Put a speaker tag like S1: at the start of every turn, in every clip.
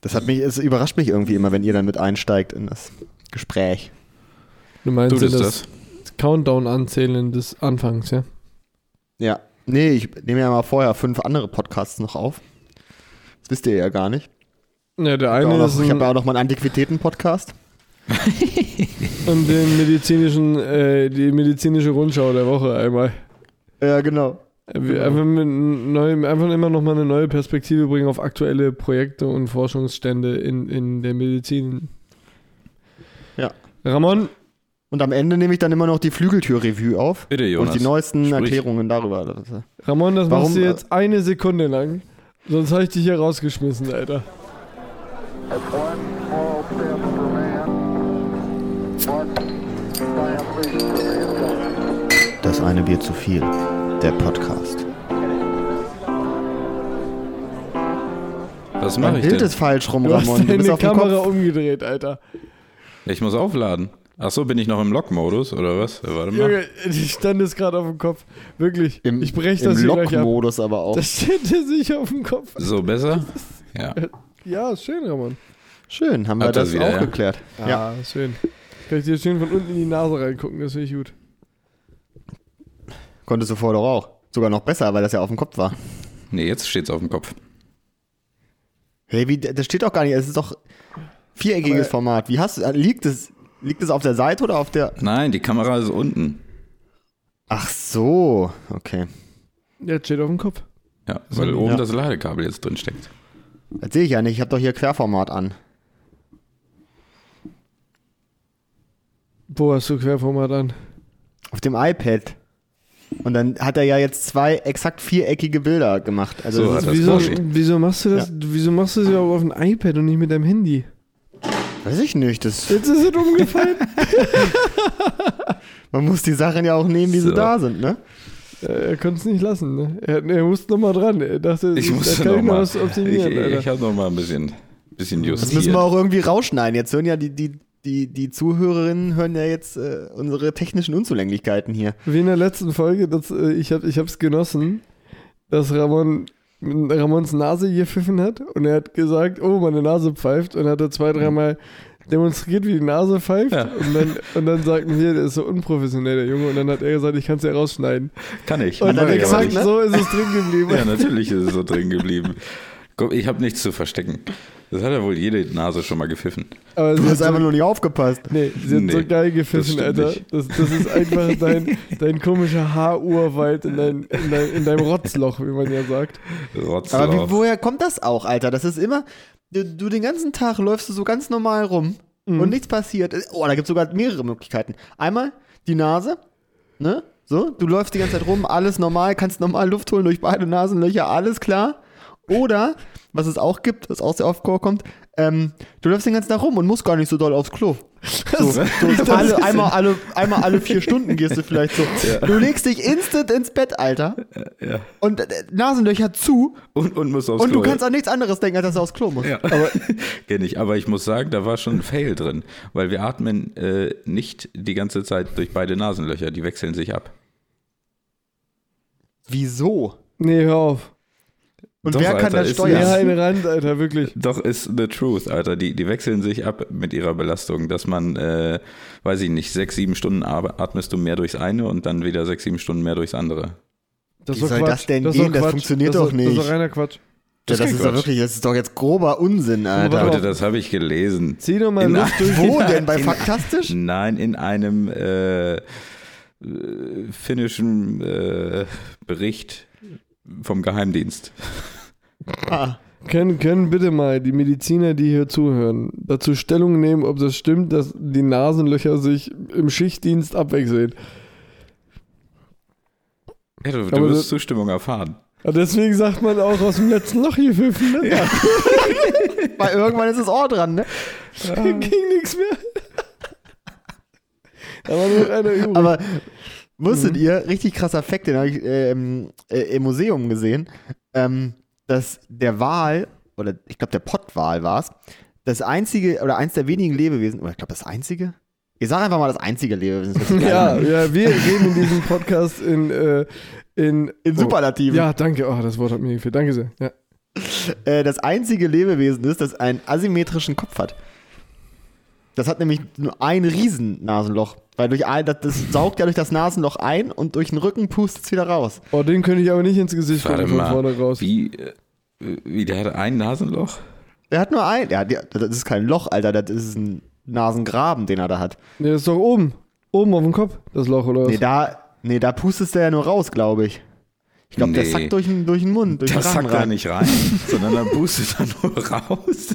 S1: Das hat mich, es überrascht mich irgendwie immer, wenn ihr dann mit einsteigt in das Gespräch.
S2: Du meinst
S3: Du
S2: ja
S3: bist
S2: das, Countdown anzählen des Anfangs, ja?
S1: Ja. Nee, ich nehme ja mal vorher fünf andere Podcasts noch auf. Das wisst ihr ja gar nicht.
S2: Ja, der
S1: Ich habe
S2: eine
S1: ja auch
S2: ist
S1: noch- ich
S2: ein,
S1: habe ja auch noch meinen Antiquitäten-Podcast.
S2: und den medizinischen, äh, die medizinische Rundschau der Woche einmal.
S1: Ja, genau.
S2: Äh, wir- Einfach, mit neuem, einfach immer nochmal eine neue Perspektive bringen auf aktuelle Projekte und Forschungsstände in, in der Medizin.
S1: Ja.
S2: Ramon,
S1: Und am Ende nehme ich dann immer noch die Flügeltür-Review auf.
S3: Bitte, Jonas.
S1: und die neuesten
S3: sprich.
S1: Erklärungen darüber.
S2: Ramon, das
S1: Warum,
S2: machst du
S1: äh,
S2: jetzt eine Sekunde lang. Sonst habe ich dich hier rausgeschmissen, Alter.
S4: That's one small step for man, one giant leap for mankind.
S1: Das eine Bier zu viel. Der Podcast.
S3: Was mache
S1: Mein
S3: ich
S1: Bild
S3: denn?
S1: ist falsch rum,
S2: Du hast
S1: Ramon. Du bist
S2: deine
S1: auf dem
S2: Kamera
S1: Kopf.
S2: umgedreht, Alter.
S3: Ich muss aufladen. Achso, bin ich noch im Lock-Modus oder was? Ja, Warte mal.
S2: Junge, ich stand es gerade auf dem Kopf. Wirklich.
S1: Im,
S2: ich breche
S1: im
S2: das hier gleich ab.
S1: Lock-Modus aber auch.
S2: Das steht dir sich auf dem Kopf.
S3: So besser? Ja.
S2: Ja, ist schön, Ramon.
S1: Schön, haben wir
S3: Hat er
S1: das
S3: wieder,
S1: auch
S3: ja.
S1: geklärt. Ja.
S2: Ah, ist schön. Kann ich dir schön von unten in die Nase reingucken, das finde ich gut.
S1: Konntest du vorher doch auch. Sogar noch besser, weil das ja auf dem Kopf war.
S3: Nee, jetzt steht's auf dem Kopf.
S1: Hey, wie, das steht doch gar nicht. Es ist doch viereckiges
S2: Aber-
S1: Format. Wie hast du, äh, liegt es, liegt es auf der Seite oder auf der?
S3: Nein, die Kamera ist unten.
S1: Ach so, okay.
S2: Jetzt steht auf dem Kopf.
S3: Ja, weil oben
S1: Ja.
S3: das Ladekabel jetzt drin steckt.
S1: Das sehe ich ja nicht. Ich habe doch hier Querformat an.
S2: Wo hast du Querformat an?
S1: Auf dem iPad. Und dann hat er ja jetzt zwei exakt viereckige Bilder gemacht. Also
S3: So
S1: das
S3: hat
S1: ist,
S2: Wieso,
S3: Das Bullshit.
S2: wieso machst du das? Wieso machst du das ja auch auf dem iPad und nicht mit deinem Handy?
S1: weiß ich nicht. Das,
S2: Jetzt ist es umgefallen.
S1: man muss die Sachen ja auch nehmen, wie
S3: So.
S1: sie da sind, ne?
S2: er er konnte es nicht lassen, ne? Er, er musste nochmal dran. Er dachte,
S3: Ich
S2: das
S3: musste
S2: kann ich
S3: nochmal.
S2: was
S3: Ich,
S2: optimieren, Alter.
S3: ich habe nochmal ein bisschen, bisschen
S1: Das müssen wir
S3: justiert.
S1: auch irgendwie rausschneiden. Jetzt hören ja die, die, die, die Zuhörerinnen hören ja jetzt äh, unsere technischen Unzulänglichkeiten hier.
S2: Wie in der letzten Folge, das, äh, ich habe es genossen, dass Ramon Ramons Nase gepfiffen hat und er hat gesagt, oh, meine Nase pfeift und hat er zwei, dreimal demonstriert, wie die Nase pfeift
S3: Ja.
S2: und, dann, und dann sagten wir, der ist so unprofessionell, der Junge, und dann hat er gesagt, ich kann es ja rausschneiden.
S3: Kann ich.
S2: Und
S3: Mach
S2: dann
S3: ich aber
S2: exakt
S3: nicht.
S2: so ist es drin geblieben.
S1: ne?
S3: Ja, natürlich ist es so drin geblieben. Guck, ich habe nichts zu verstecken. Das hat ja wohl jede Nase schon mal gepfiffen.
S2: Aber
S1: Du
S2: sie hat,
S3: Also
S1: hast
S2: so,
S1: einfach nur nicht aufgepasst.
S2: nee, sie hat so
S3: Nee,
S2: geil
S3: das
S2: gepfiffen,
S3: stimmt
S2: Alter.
S3: nicht.
S2: Das, das ist einfach dein, dein komischer Haarurwald in, dein, in, dein, in deinem Rotzloch, wie man ja sagt.
S3: Rotz
S1: Aber
S3: drauf.
S1: wie, woher kommt das auch, Alter? Das ist immer, du, du den ganzen Tag läufst du so ganz normal rum und nichts passiert. Oh, da gibt es sogar mehrere Möglichkeiten. Einmal die Nase, ne? So, du läufst die ganze Zeit rum, alles normal, kannst normal Luft holen durch beide Nasenlöcher, alles klar. Oder, was es auch gibt, was auch sehr oft vorkommt, ähm, du läufst den ganzen Tag rum und musst gar nicht so doll aufs Klo. So, so alle, einmal, alle, einmal alle vier Stunden gehst du vielleicht so. Du legst dich instant ins Bett, Alter. Und äh, Nasenlöcher zu
S3: und, und muss aufs
S1: und
S3: Klo.
S1: du kannst an nichts anderes denken, als dass du aufs Klo musst.
S3: ja. aber, kenn ich. aber ich muss sagen, da war schon ein Fail drin, weil wir atmen äh, nicht die ganze Zeit durch beide Nasenlöcher, die wechseln sich ab.
S1: Wieso?
S2: Nee, hör auf.
S1: Und
S3: Doch,
S1: wer kann
S3: Alter,
S1: das
S3: ist
S1: steuern?
S2: Ja, ein Rand, Alter, wirklich.
S3: Doch ist the truth, Alter. Die, die wechseln sich ab mit ihrer Belastung, dass man, äh, weiß ich nicht, sechs, sieben Stunden ab- atmest du mehr durchs eine und dann wieder sechs, sieben Stunden mehr durchs andere.
S2: Das
S1: Wie
S2: ist doch
S1: soll
S2: Quatsch.
S1: das denn
S2: ist doch
S1: gehen? Das
S2: Quatsch.
S1: funktioniert
S2: das ist
S1: doch nicht.
S2: Das ist doch reiner Quatsch.
S1: Ja,
S3: Das
S1: das
S3: ist
S1: ist doch
S3: Quatsch.
S1: wirklich, das ist doch jetzt grober Unsinn, Alter.
S2: warte
S3: Leute, das habe ich gelesen.
S2: Zieh doch mal
S3: In
S2: Luft durch.
S1: Wo
S3: in-
S1: denn? Bei
S3: in-
S1: Faktastisch?
S3: Nein, in einem äh, äh, finnischen äh, Bericht vom Geheimdienst.
S1: Ah,
S2: Können, können bitte mal die Mediziner, die hier zuhören, dazu Stellung nehmen, ob das stimmt, dass die Nasenlöcher sich im Schichtdienst abwechseln.
S3: Ja, du,
S2: Aber
S3: du wirst
S2: das-
S3: Zustimmung erfahren.
S2: Und deswegen sagt man auch aus dem letzten Loch hier pfiffen, ne? Ja.
S1: weil irgendwann ist das Ohr dran, ne?
S2: ging nichts mehr. Da war nur noch einer übrig.
S1: Aber
S3: Mhm.
S1: wusstet ihr, richtig krasser Fakt, den habe ich ähm, äh, im Museum gesehen, ähm, dass der Wal, oder ich glaube der Pottwal war es, das einzige oder eins der wenigen Lebewesen, oder ich glaube das einzige? Ich sage einfach mal das einzige Lebewesen. das ist
S2: ja, ja, wir gehen in diesem Podcast in, äh, in,
S1: In Superlativen.
S2: Ja, danke. Oh, das Wort hat mir gefehlt. Danke sehr. Ja.
S1: äh, das einzige Lebewesen ist, das einen asymmetrischen Kopf hat. Das hat nämlich nur ein Riesennasenloch. Weil durch ein, das, das saugt ja durch das Nasenloch ein und durch den Rücken pustet es wieder raus.
S2: Oh, den könnte ich aber nicht ins Gesicht
S3: Warte
S2: gucken von
S3: mal,
S2: vorne raus.
S3: Wie, äh, wie, der hat ein Nasenloch?
S1: Er hat nur ein. Ja, der- das ist kein Loch, Alter. Das ist ein Nasengraben, den er da hat.
S2: Nee, das ist doch oben. Oben auf dem Kopf, das Loch, oder was?
S1: Nee, da, nee, da pustest er ja nur raus, glaube ich. Ich glaube, der
S3: Nee.
S1: sackt durch, den- durch den Mund. Durch
S3: Das
S1: den Rachen
S3: sackt da
S1: rein.
S3: nicht rein, sondern da boostet er nur raus.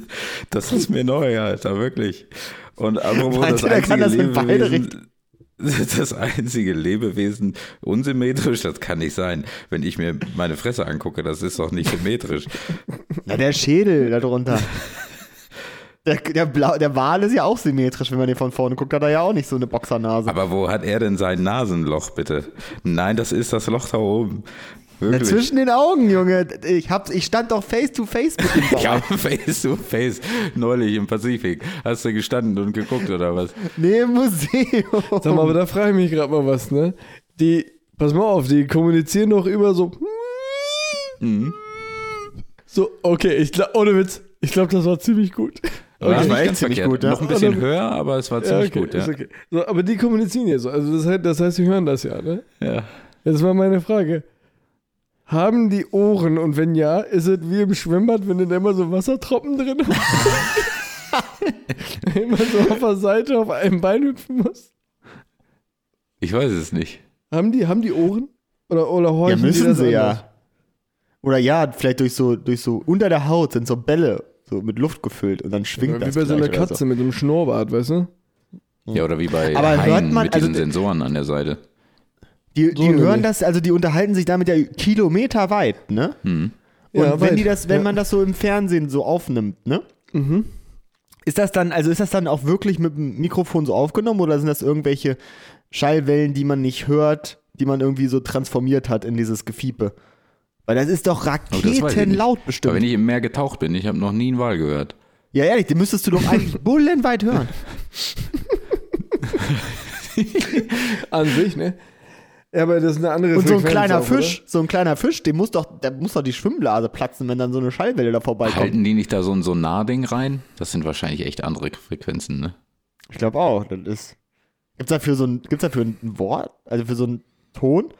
S3: Das ist mir neu, Alter, wirklich. Und apropos
S1: Meint
S3: das
S1: ihr, der kann
S3: einzige
S1: das in beide
S3: Lebewesen... Das einzige Lebewesen unsymmetrisch, das kann nicht sein. Wenn ich mir meine Fresse angucke, das ist doch nicht symmetrisch.
S1: Na, der Schädel da drunter. Der, der, Blau, der Wal ist ja auch symmetrisch, wenn man den von vorne guckt, hat er ja auch nicht so eine Boxernase.
S3: Aber wo hat er denn sein Nasenloch, bitte? Nein, das ist das Loch da oben.
S1: Na,
S3: Wirklich.
S1: zwischen den Augen, Junge. Ich, hab, ich stand doch face to face mit dem Wal.
S3: Ja, face to face, neulich im Pazifik. Hast du gestanden und geguckt oder was?
S1: Nee, im Museum.
S2: Sag mal, aber da frage ich mich gerade mal was, ne? Die, pass mal auf, die kommunizieren doch über so.
S1: Mhm.
S2: So, okay, ich glaube, ohne Witz, ich glaube, das war ziemlich gut.
S1: das
S3: nicht
S1: war echt
S3: ganz
S1: ziemlich
S3: verkehrt.
S1: gut, Oh, ja. Also,
S3: Noch ein bisschen höher, aber es war ziemlich
S2: okay,
S3: gut, ja.
S2: Ist okay. So, aber die kommunizieren ja so. Also das heißt, das heißt, sie hören das ja, ne?
S3: ja.
S2: Jetzt war meine Frage. Haben die Ohren und wenn ja, ist es wie im Schwimmbad, wenn du da immer so Wassertropfen drin hast? immer so auf der Seite auf einem Bein hüpfen musst?
S3: Ich weiß es nicht.
S2: Haben die, haben die Ohren? Oder, oder
S1: ja,
S2: horchen die
S1: müssen
S2: das
S1: sie
S2: anders?
S1: ja. Oder ja, vielleicht durch so, durch so, unter der Haut sind so Bälle so mit Luft gefüllt und dann schwingt
S2: Wie
S1: das
S2: bei so einer
S1: vielleicht oder
S2: Katze mit einem Schnurrbart, weißt du?
S3: Ja, oder wie bei
S1: Aber hört
S3: Haien
S1: man-
S3: mit
S1: also-
S3: diesen Sensoren an der Seite.
S1: Die,
S2: So
S1: die hören
S2: nämlich.
S1: das, also die unterhalten sich damit ja kilometerweit, ne?
S3: Hm.
S1: Und
S2: Ja,
S1: wenn
S2: weit.
S1: die das, wenn
S2: Ja.
S1: man das so im Fernsehen so aufnimmt, ne?
S3: Mhm.
S1: Ist das dann, also ist das dann auch wirklich mit dem Mikrofon so aufgenommen oder sind das irgendwelche Schallwellen, die man nicht hört, die man irgendwie so transformiert hat in dieses Gefiepe? Weil das ist doch
S3: Aber Oh, das weiß ich nicht.
S1: raketenlaut
S3: Aber wenn
S1: bestimmt.
S3: ich im Meer getaucht bin, ich habe noch nie einen Wal gehört.
S1: Ja, ehrlich, den müsstest du doch eigentlich bullenweit hören.
S2: An sich, ne? Ja, aber das ist eine andere
S1: Und so ein
S2: Frequenz
S1: kleiner
S2: auch,
S1: Fisch, so ein kleiner Fisch, dem muss doch, der muss doch die Schwimmblase platzen, wenn dann so eine Schallwelle da vorbeikommt.
S3: Halten die nicht da so ein Sonarding rein? Das sind wahrscheinlich echt andere Frequenzen, ne?
S1: Ich glaube auch, das ist. Gibt's dafür so ein, gibt's dafür ein Wort? Also für so einen Ton?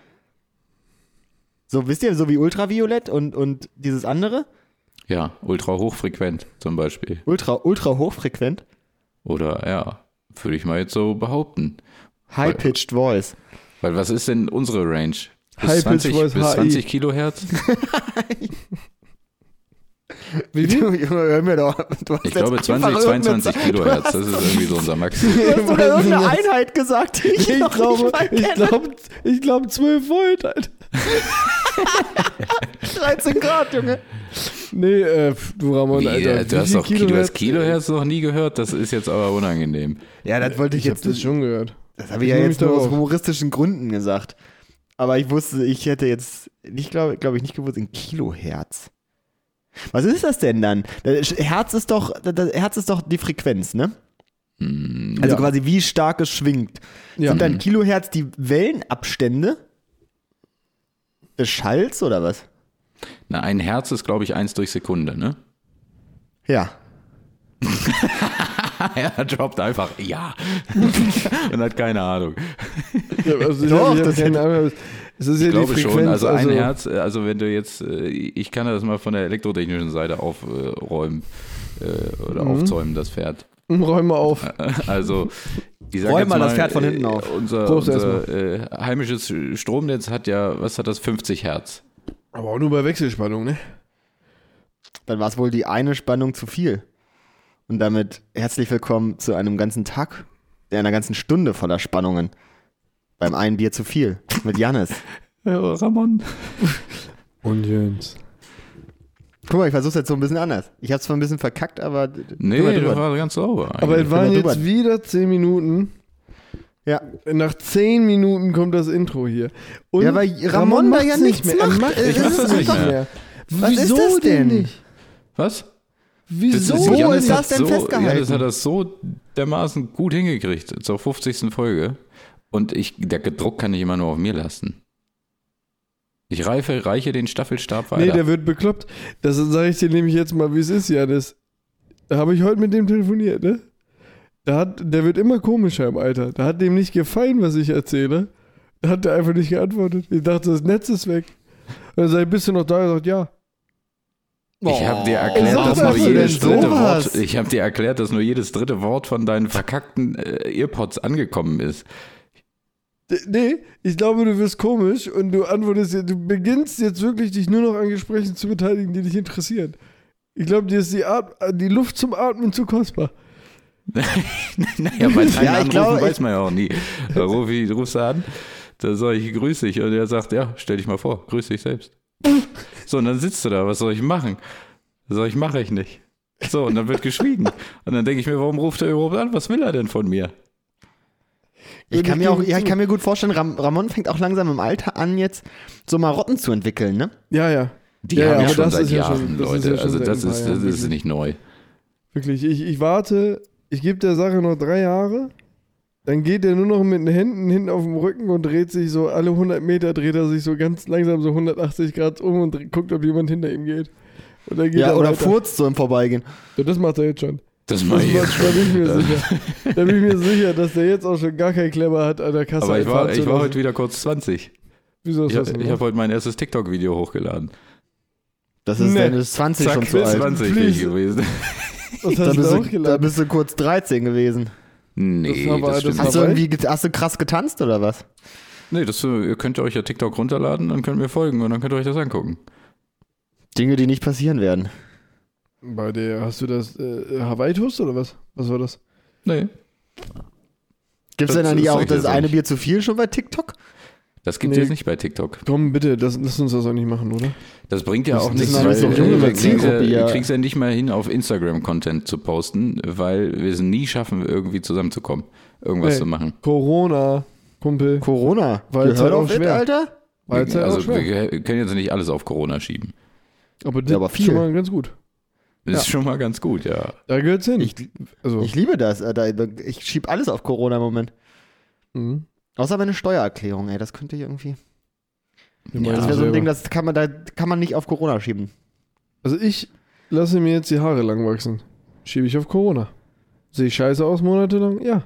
S1: So, wisst ihr, so wie Ultraviolett und, und dieses andere?
S3: Ja, ultra hochfrequent zum Beispiel.
S1: Ultra, ultra hochfrequent.
S3: Oder ja, würde ich mal jetzt so behaupten.
S1: High-pitched voice.
S3: Weil was ist denn unsere Range? Bis
S2: High-pitch
S3: 20,
S2: voice,
S3: bis
S2: HI.
S3: 20 Kilohertz?
S1: Wie du, Junge, hör mir doch. Du hast
S3: Ich glaube 20, 22 Kilohertz. Das ist irgendwie so unser Max.
S1: Du hast sogar irgendeine Einheit gesagt, die ich,
S2: Ich
S1: noch
S2: glaube,
S1: nicht mal
S2: ich
S1: kenne.
S2: glaube, ich glaube 12 Volt, Alter.
S1: 13 Grad, Junge.
S2: Nee, äh, pf, du Ramon,
S3: Wie,
S2: Alter.
S3: äh, du hast
S2: viel
S3: doch Kilo, du hast
S2: Kilohertz-
S3: Kilohertz noch nie gehört, das ist jetzt aber unangenehm.
S1: Ja, das wollte ich,
S2: Ich hab
S1: jetzt.
S2: das schon gehört.
S1: Das habe ich, ja
S2: nehme
S1: jetzt
S2: mich
S1: nur
S2: darauf.
S1: aus humoristischen Gründen gesagt. Aber ich wusste, ich hätte jetzt, ich glaube, glaube ich nicht gewusst, in Kilohertz. Was ist das denn dann? Das Herz ist doch, das- das Herz ist doch die Frequenz, ne? Also
S2: Hm, Ja.
S1: quasi wie stark es schwingt.
S2: Ja. Mhm.
S1: Sind dann Kilohertz die Wellenabstände des Schalls oder was?
S3: Na, ein Herz ist, glaube ich, eins durch Sekunde, ne?
S1: Ja.
S3: Er droppt einfach, ja. Und hat keine Ahnung.
S2: Ja, also ich
S1: Doch,
S2: hab- ich hab
S1: das
S2: keine Ahnung. Es ist ja die
S3: Ich glaube
S2: Frequenz.
S3: schon, also ein Herz, äh, also wenn du jetzt, äh, ich kann das mal von der elektrotechnischen Seite aufräumen äh, oder aufzäumen, das Pferd.
S2: Räum mal auf.
S3: Also, ich sag
S1: Räum
S3: jetzt
S1: mal das Pferd von hinten
S3: äh,
S1: auf.
S3: Unser,
S2: Prost
S3: unser äh, heimisches Stromnetz hat ja, was hat das, 50 Hertz.
S2: Aber auch nur bei Wechselspannung, ne?
S1: Dann war es wohl die eine Spannung zu viel. Und damit herzlich willkommen zu einem ganzen Tag, äh, einer ganzen Stunde voller Spannungen. Beim einen Bier zu viel. Mit Janis.
S3: Ramon.
S2: Und Jens.
S1: Guck mal, ich versuch's jetzt so ein bisschen anders. Ich hab's zwar ein bisschen verkackt, aber.
S3: Nee,
S1: drüber,
S3: das
S1: drüber.
S3: war ganz sauber.
S2: Aber es
S3: eigentlich.
S2: waren
S1: bin
S2: jetzt
S1: mal drüber.
S2: wieder 10 Minuten.
S1: Ja.
S2: Nach 10 Minuten kommt das Intro hier. Und
S1: Ja, weil Ramon da
S2: macht's
S1: ja nichts
S2: Er
S1: macht.
S2: macht
S1: Ich
S2: es
S3: mach das nicht
S2: einfach
S3: mehr.
S1: Was ist
S2: Wieso
S1: das denn?
S2: nicht?
S3: was?
S2: Wieso?
S1: ist- Wo
S3: Janis
S1: ist
S3: hat
S1: das denn
S3: so,
S1: festgehalten?
S3: Janis hat das so dermaßen gut hingekriegt zur 50. Folge. Und ich, der Druck kann ich immer nur auf mir lassen. Ich reife, reiche den Staffelstab weiter.
S2: Nee, der wird bekloppt. Das sage ich dir nämlich jetzt mal, wie es ist, Janis. Da habe ich heute mit dem telefoniert, ne? Der, hat, der wird immer komischer im Alter. Da hat dem nicht gefallen, was ich erzähle. Da hat er einfach nicht geantwortet. Ich dachte, das Netz ist weg. Und dann sage ich, bist du noch da? Er sagt, ja.
S3: ich habe dir erklärt,
S1: sag,
S3: dass
S1: was
S3: nur
S1: Oh, machst du
S3: jedes
S1: denn
S3: dritte
S1: sowas?
S3: Wort, ich habe dir erklärt, dass nur jedes dritte Wort von deinen verkackten äh, Earpods angekommen ist.
S2: D- Nee, ich glaube, du wirst komisch und du antwortest, jetzt- du beginnst jetzt wirklich dich nur noch an Gesprächen zu beteiligen, die dich interessieren. Ich glaube, dir ist die, At die Luft zum Atmen zu kostbar.
S3: naja, bei deinen
S1: Ja, ich
S3: Anrufen
S1: glaube,
S3: weiß man ja auch nie. Da ruf ich, rufst du an, da sag ich, grüß dich. Und er sagt, ja, stell dich mal vor, grüß dich selbst. So, und dann sitzt du da, was soll ich machen? Sag ich, mache ich nicht. So, und dann wird geschwiegen. Und dann denke ich mir, warum ruft er überhaupt an? Was will er denn von mir?
S1: Ich kann
S2: Würde
S1: mir auch,
S2: ich
S1: ja, ich kann mir gut vorstellen, Ram Ramon fängt auch langsam im Alter an, jetzt so Marotten zu entwickeln, ne?
S2: Ja, ja.
S3: Die
S2: Ja,
S3: haben ja
S2: aber
S3: schon
S2: das
S3: seit
S2: ist ja
S3: Jahren,
S2: schon- das ist
S3: Leute.
S2: ja schon
S3: also
S2: seit
S3: das
S2: ein
S3: ist,
S2: paar
S3: das
S2: Jahren,
S3: ist nicht neu.
S2: Wirklich, ich, ich warte, ich gebe der Sache noch drei Jahre, dann geht er nur noch mit den Händen hinten auf dem Rücken und dreht sich so, alle 100 Meter dreht er sich so ganz langsam so 180 Grad um und dr- guckt, ob jemand hinter ihm geht. Und dann geht
S1: Ja,
S2: er
S1: oder
S2: weiter.
S1: furzt so im Vorbeigehen.
S2: Ja, das macht er jetzt schon.
S3: Das
S2: Das
S3: mache ich
S2: macht,
S3: jetzt.
S2: da bin ich mir sicher. Da bin ich mir sicher, dass der jetzt auch schon gar kein Klemmer hat, an der Kasse
S3: Aber ich war,
S2: einfahren zu
S3: ich war
S2: lassen.
S3: heute wieder kurz 20.
S2: Wieso ist
S3: Ich,
S2: das
S3: hab-
S2: denn?
S3: ich habe heute mein erstes TikTok-Video hochgeladen.
S1: Das ist
S2: Nee.
S1: deine 20 schon zu
S3: bis
S1: alt.
S3: 20 bin ich
S2: Please.
S3: gewesen.
S2: Was
S1: Da
S2: hast du
S1: bist,
S2: da
S1: du, da
S2: hochgeladen?
S1: bist du kurz 13 gewesen.
S3: Nee,
S2: Das war aber-
S3: das
S2: das
S3: stimmt.
S2: war
S1: Hast du,
S2: Dabei?
S1: irgendwie, get- hast du krass getanzt oder was?
S3: Nee, das, äh, ihr könnt euch ja TikTok runterladen, dann könnt ihr mir folgen und dann könnt ihr euch das angucken.
S1: Dinge, die nicht passieren werden.
S2: Bei der, hast du das äh, Hawaii-Toast oder was? Was war das?
S3: Nee.
S1: Gibt es
S3: Das
S1: denn eigentlich
S3: ist
S1: auch
S3: richtig
S1: das eine
S3: nicht.
S1: Bier zu viel schon bei TikTok?
S3: Das gibt
S2: Nee.
S3: es nicht bei TikTok.
S2: Komm, bitte, das, lass uns das auch nicht machen, oder?
S3: Das bringt ja
S1: Das
S3: auch
S1: ist
S3: nichts,
S1: noch
S3: weil
S1: nicht so
S3: äh,
S1: junge
S3: wir kriegen
S1: Zielgruppe,
S3: ja,
S1: ja.
S3: wir kriegen's ja nicht mal hin, auf Instagram-Content zu posten, weil wir es nie schaffen, irgendwie zusammenzukommen, irgendwas
S2: Nee.
S3: zu machen.
S2: Corona, Kumpel.
S1: Corona.
S2: Weil es
S1: Gehört
S2: halt auch
S1: auf it,
S2: schwer.
S1: Alter?
S2: War jetzt ja auch
S3: also
S2: schwer.
S3: wir können jetzt nicht alles auf Corona schieben.
S2: Aber das
S1: Ja, aber
S2: ist
S1: viel.
S2: schon mal ganz gut.
S3: Das
S2: Ja.
S3: ist schon mal ganz gut, ja.
S2: Da gehört's hin.
S1: Ich,
S2: also,
S1: ich liebe das. Alter. Ich schieb alles auf Corona im Moment.
S2: mhm.
S1: Außer meine Steuererklärung, ey. Das könnte ich irgendwie.
S2: Wir machen
S3: Ja,
S1: Das
S2: das
S1: wäre so ein
S2: selber.
S1: Ding, das kann man, da kann man nicht auf Corona schieben.
S2: Also ich lasse mir jetzt die Haare lang wachsen. Schiebe ich auf Corona. Sehe ich scheiße aus monatelang? Ja.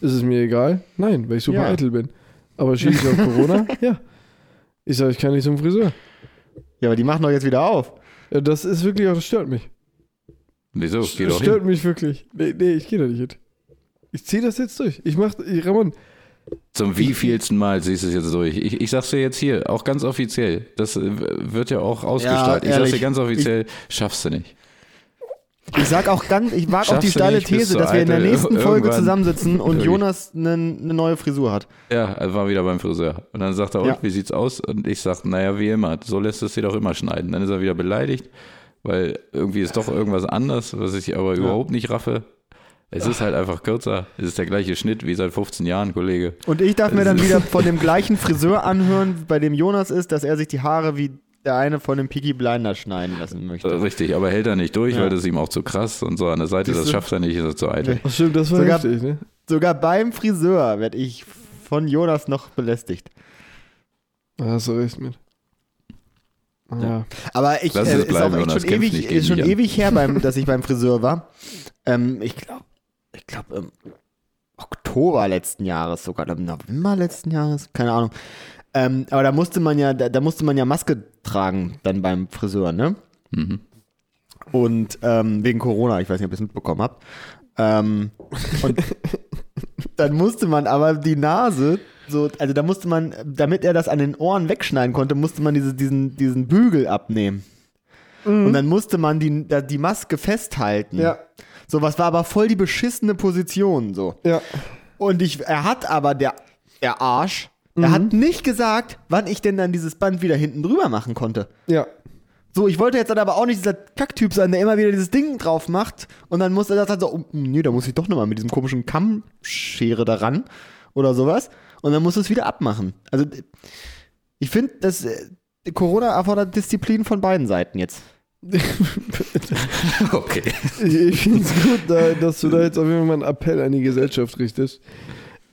S2: Ist es mir egal? Nein, weil ich super
S1: Ja.
S2: eitel bin. Aber schiebe ich auf Corona? Ja. Ich sage, ich kann nicht zum Friseur.
S1: Ja, aber die machen doch jetzt wieder auf.
S2: Ja, das ist wirklich auch, das stört mich.
S3: Wieso?
S2: Das
S3: Geh doch
S2: stört
S3: hin.
S2: mich wirklich. Nee, nee ich gehe da nicht hin. Ich ziehe das jetzt durch. Ich mach, ich, Ramon,
S3: Zum wievielsten Mal siehst du es jetzt durch? Ich, ich sag's dir jetzt hier, auch ganz offiziell. Das äh, wird ja auch ausgestrahlt. ich sag's
S1: ehrlich.
S3: dir ganz offiziell, schaffst du nicht.
S1: Ich sag auch ganz, ich wag auch
S3: Schaffst
S1: die
S3: du
S1: steile
S3: nicht, bist
S1: These,
S3: du
S1: dass wir in der
S3: eitel.
S1: nächsten Folge
S3: Irgendwann.
S1: zusammensitzen und
S3: Wirklich.
S1: Jonas eine eine neue Frisur hat.
S3: Ja, er war wieder beim Friseur. Und dann sagt er, und
S1: Ja.
S3: wie sieht's aus? Und ich sag, naja, wie immer, so lässt es dir doch immer schneiden. Dann ist er wieder beleidigt, weil irgendwie ist doch irgendwas anders, was ich aber überhaupt nicht raffe. Es ist halt einfach kürzer. Es ist der gleiche Schnitt wie seit 15 Jahren, Kollege.
S1: Und ich darf mir dann
S3: Es ist-
S1: wieder von dem gleichen Friseur anhören, bei dem Jonas ist, dass er sich die Haare wie der eine von dem Piggy Blinder schneiden lassen
S3: Äh,
S1: möchte.
S3: Richtig, aber hält er nicht durch,
S1: Ja.
S3: weil das ist ihm auch zu krass und so an der Seite, das
S1: Siehste?
S3: schafft er nicht, ist er zu eitel.
S1: Nee.
S2: das stimmt, das war
S1: Sogar-
S2: heftig, ne?
S1: Sogar beim Friseur werde ich von Jonas noch belästigt.
S2: Da hast du recht mit. Ah,
S1: Ja. Aber ich
S3: Lass
S1: äh,
S3: es
S1: ist auch
S3: bleiben,
S1: echt schon
S3: Jonas, kämpf
S1: ewig,
S3: nicht gegen
S1: ist schon
S3: mich an.
S1: ewig her, beim, dass ich beim Friseur war. Ähm, ich glaube, ich glaube im Oktober letzten Jahres sogar, oder im November letzten Jahres, keine Ahnung. Ähm, aber da musste man ja, da, da musste man ja Maske tragen dann beim Friseur, ne?
S3: Mhm.
S1: Und ähm, wegen Corona, ich weiß nicht, ob ihr es mitbekommen habt. Ähm, und dann musste man aber die Nase, so, also da musste man, damit er das an den Ohren wegschneiden konnte, musste man diese, diesen, diesen Bügel abnehmen. Und dann musste man die, da- die Maske festhalten.
S2: Ja.
S1: So, was war aber voll die beschissene Position. So.
S2: Ja.
S1: Und ich, er hat aber der, der Arsch, er hat nicht gesagt, wann ich denn dann dieses Band wieder hinten drüber machen konnte.
S2: Ja.
S1: So, ich wollte jetzt dann aber auch nicht dieser Kacktyp sein, der immer wieder dieses Ding drauf macht und dann muss er das halt so, oh, nee, da muss ich doch nochmal mit diesem komischen Kammschere daran oder sowas und dann muss es wieder abmachen. Also, ich finde, dass äh, Corona erfordert Disziplin von beiden Seiten jetzt.
S3: Okay.
S2: Ich, ich finde es gut, da, dass du da jetzt auf jeden Fall mal einen Appell an die Gesellschaft richtest.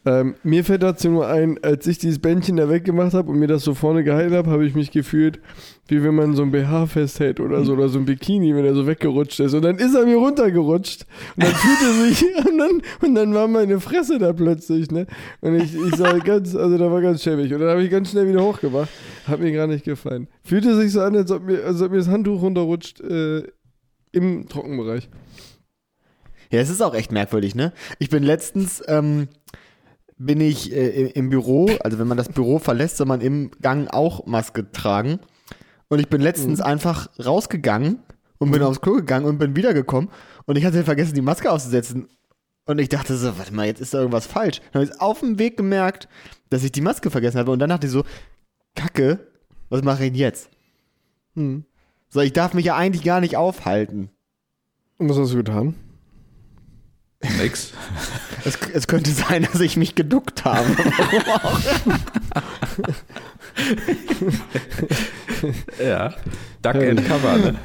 S2: Ähm, mir fällt dazu nur ein, als ich dieses Bändchen da weggemacht habe und mir das so vorne gehalten habe, habe ich mich gefühlt, wie wenn man so ein BH festhält oder so, oder so ein Bikini, wenn er so weggerutscht ist. Und dann ist er mir runtergerutscht. Und dann fühlte sich, und dann, und dann war meine Fresse da plötzlich, ne? Und ich, ich sah ganz, also da war ganz schäbig. Und dann habe ich ganz schnell wieder hochgemacht. Hat mir gar nicht gefallen. Fühlte sich so an, als ob mir, als ob mir das Handtuch runterrutscht äh, im Trockenbereich.
S1: Ja, es ist auch echt merkwürdig, ne? Ich bin letztens, ähm, bin ich äh, im- im Büro, also wenn man das Büro verlässt, soll man im Gang auch Maske tragen. Und ich bin letztens einfach rausgegangen und bin aufs Klo gegangen und bin wiedergekommen und ich hatte vergessen, die Maske auszusetzen. Und ich dachte so, warte mal, jetzt ist da irgendwas falsch. Dann habe ich auf dem Weg gemerkt, dass ich die Maske vergessen habe. Und dann dachte ich so, Kacke, was mache ich denn jetzt?
S2: Hm.
S1: So, ich darf mich ja eigentlich gar nicht aufhalten.
S2: Und was hast du getan?
S3: Nix.
S1: Es, es könnte sein, dass ich mich geduckt habe.
S3: Ja. Duck and Cover, ne?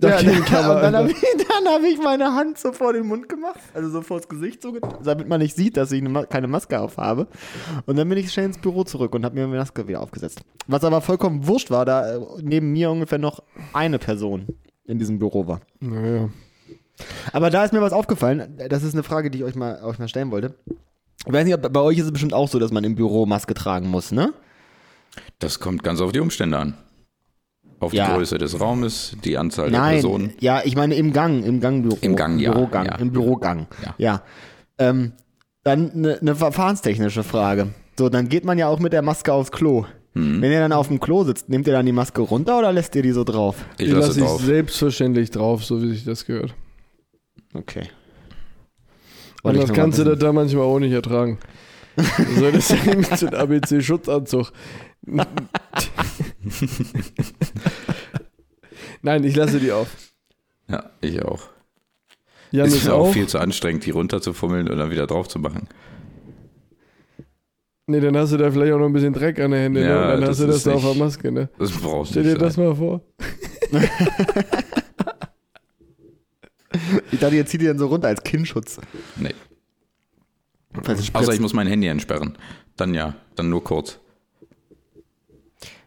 S1: Ja,
S2: Ducky
S1: dann,
S2: and Cover,
S1: und dann habe
S2: Alter.
S1: ich, dann hab ich meine Hand so vor den Mund gemacht, also so vors Gesicht, so getan, damit man nicht sieht, dass ich eine Ma- keine Maske auf habe. Und dann bin ich schnell ins Büro zurück und habe mir meine Maske wieder aufgesetzt. Was aber vollkommen wurscht war, da äh, neben mir ungefähr noch eine Person in diesem Büro war.
S2: Naja.
S1: Aber da ist mir was aufgefallen, das ist eine Frage, die ich euch mal, euch mal stellen wollte. Ich weiß nicht, ob, bei euch ist es bestimmt auch so, dass man im Büro Maske tragen muss, ne?
S3: Das kommt ganz auf die Umstände an. Auf die
S1: Ja.
S3: Größe des Raumes, die Anzahl der
S1: Nein,
S3: Personen.
S1: ja, ich meine im Gang, im Gangbüro.
S3: Im Gang, ja,
S1: Bürogang,
S3: ja.
S1: Im Bürogang,
S3: Ja.
S1: ja. Ähm, dann eine ne verfahrenstechnische Frage. So, dann geht man ja auch mit der Maske aufs Klo.
S3: Hm.
S1: Wenn ihr dann auf dem Klo sitzt, nehmt ihr dann die Maske runter oder lässt ihr die so drauf?
S3: Ich lasse
S2: ich
S3: drauf.
S2: selbstverständlich drauf, so wie sich das gehört.
S1: Okay.
S2: Und
S1: Wollte ich
S2: das
S1: nur mal
S2: kannst du
S1: wissen.
S2: das da manchmal auch nicht ertragen. so, deswegen ist ein ABC-Schutzanzug. Nein, ich lasse die auf.
S3: Ja, ich auch.
S2: Jan
S3: ist
S2: ist
S3: mir auch
S2: auf.
S3: viel zu anstrengend, die runterzufummeln und dann wieder drauf zu machen.
S2: Nee, dann hast du da vielleicht auch noch ein bisschen Dreck an der Hände.
S3: Ja,
S2: ne? Und dann
S3: das
S2: hast du das
S3: ist
S2: da auf der
S3: nicht-
S2: Maske, ne?
S3: Das brauchst du
S2: Stell dir
S3: nicht. äh,
S2: das
S3: Sein.
S2: mal vor.
S1: Ich dachte, ihr zieht die dann so runter als Kinnschutz.
S3: Nee.
S1: Falls es
S3: Außer ich
S1: spritzt.
S3: muss mein Handy entsperren. Dann ja, dann nur kurz.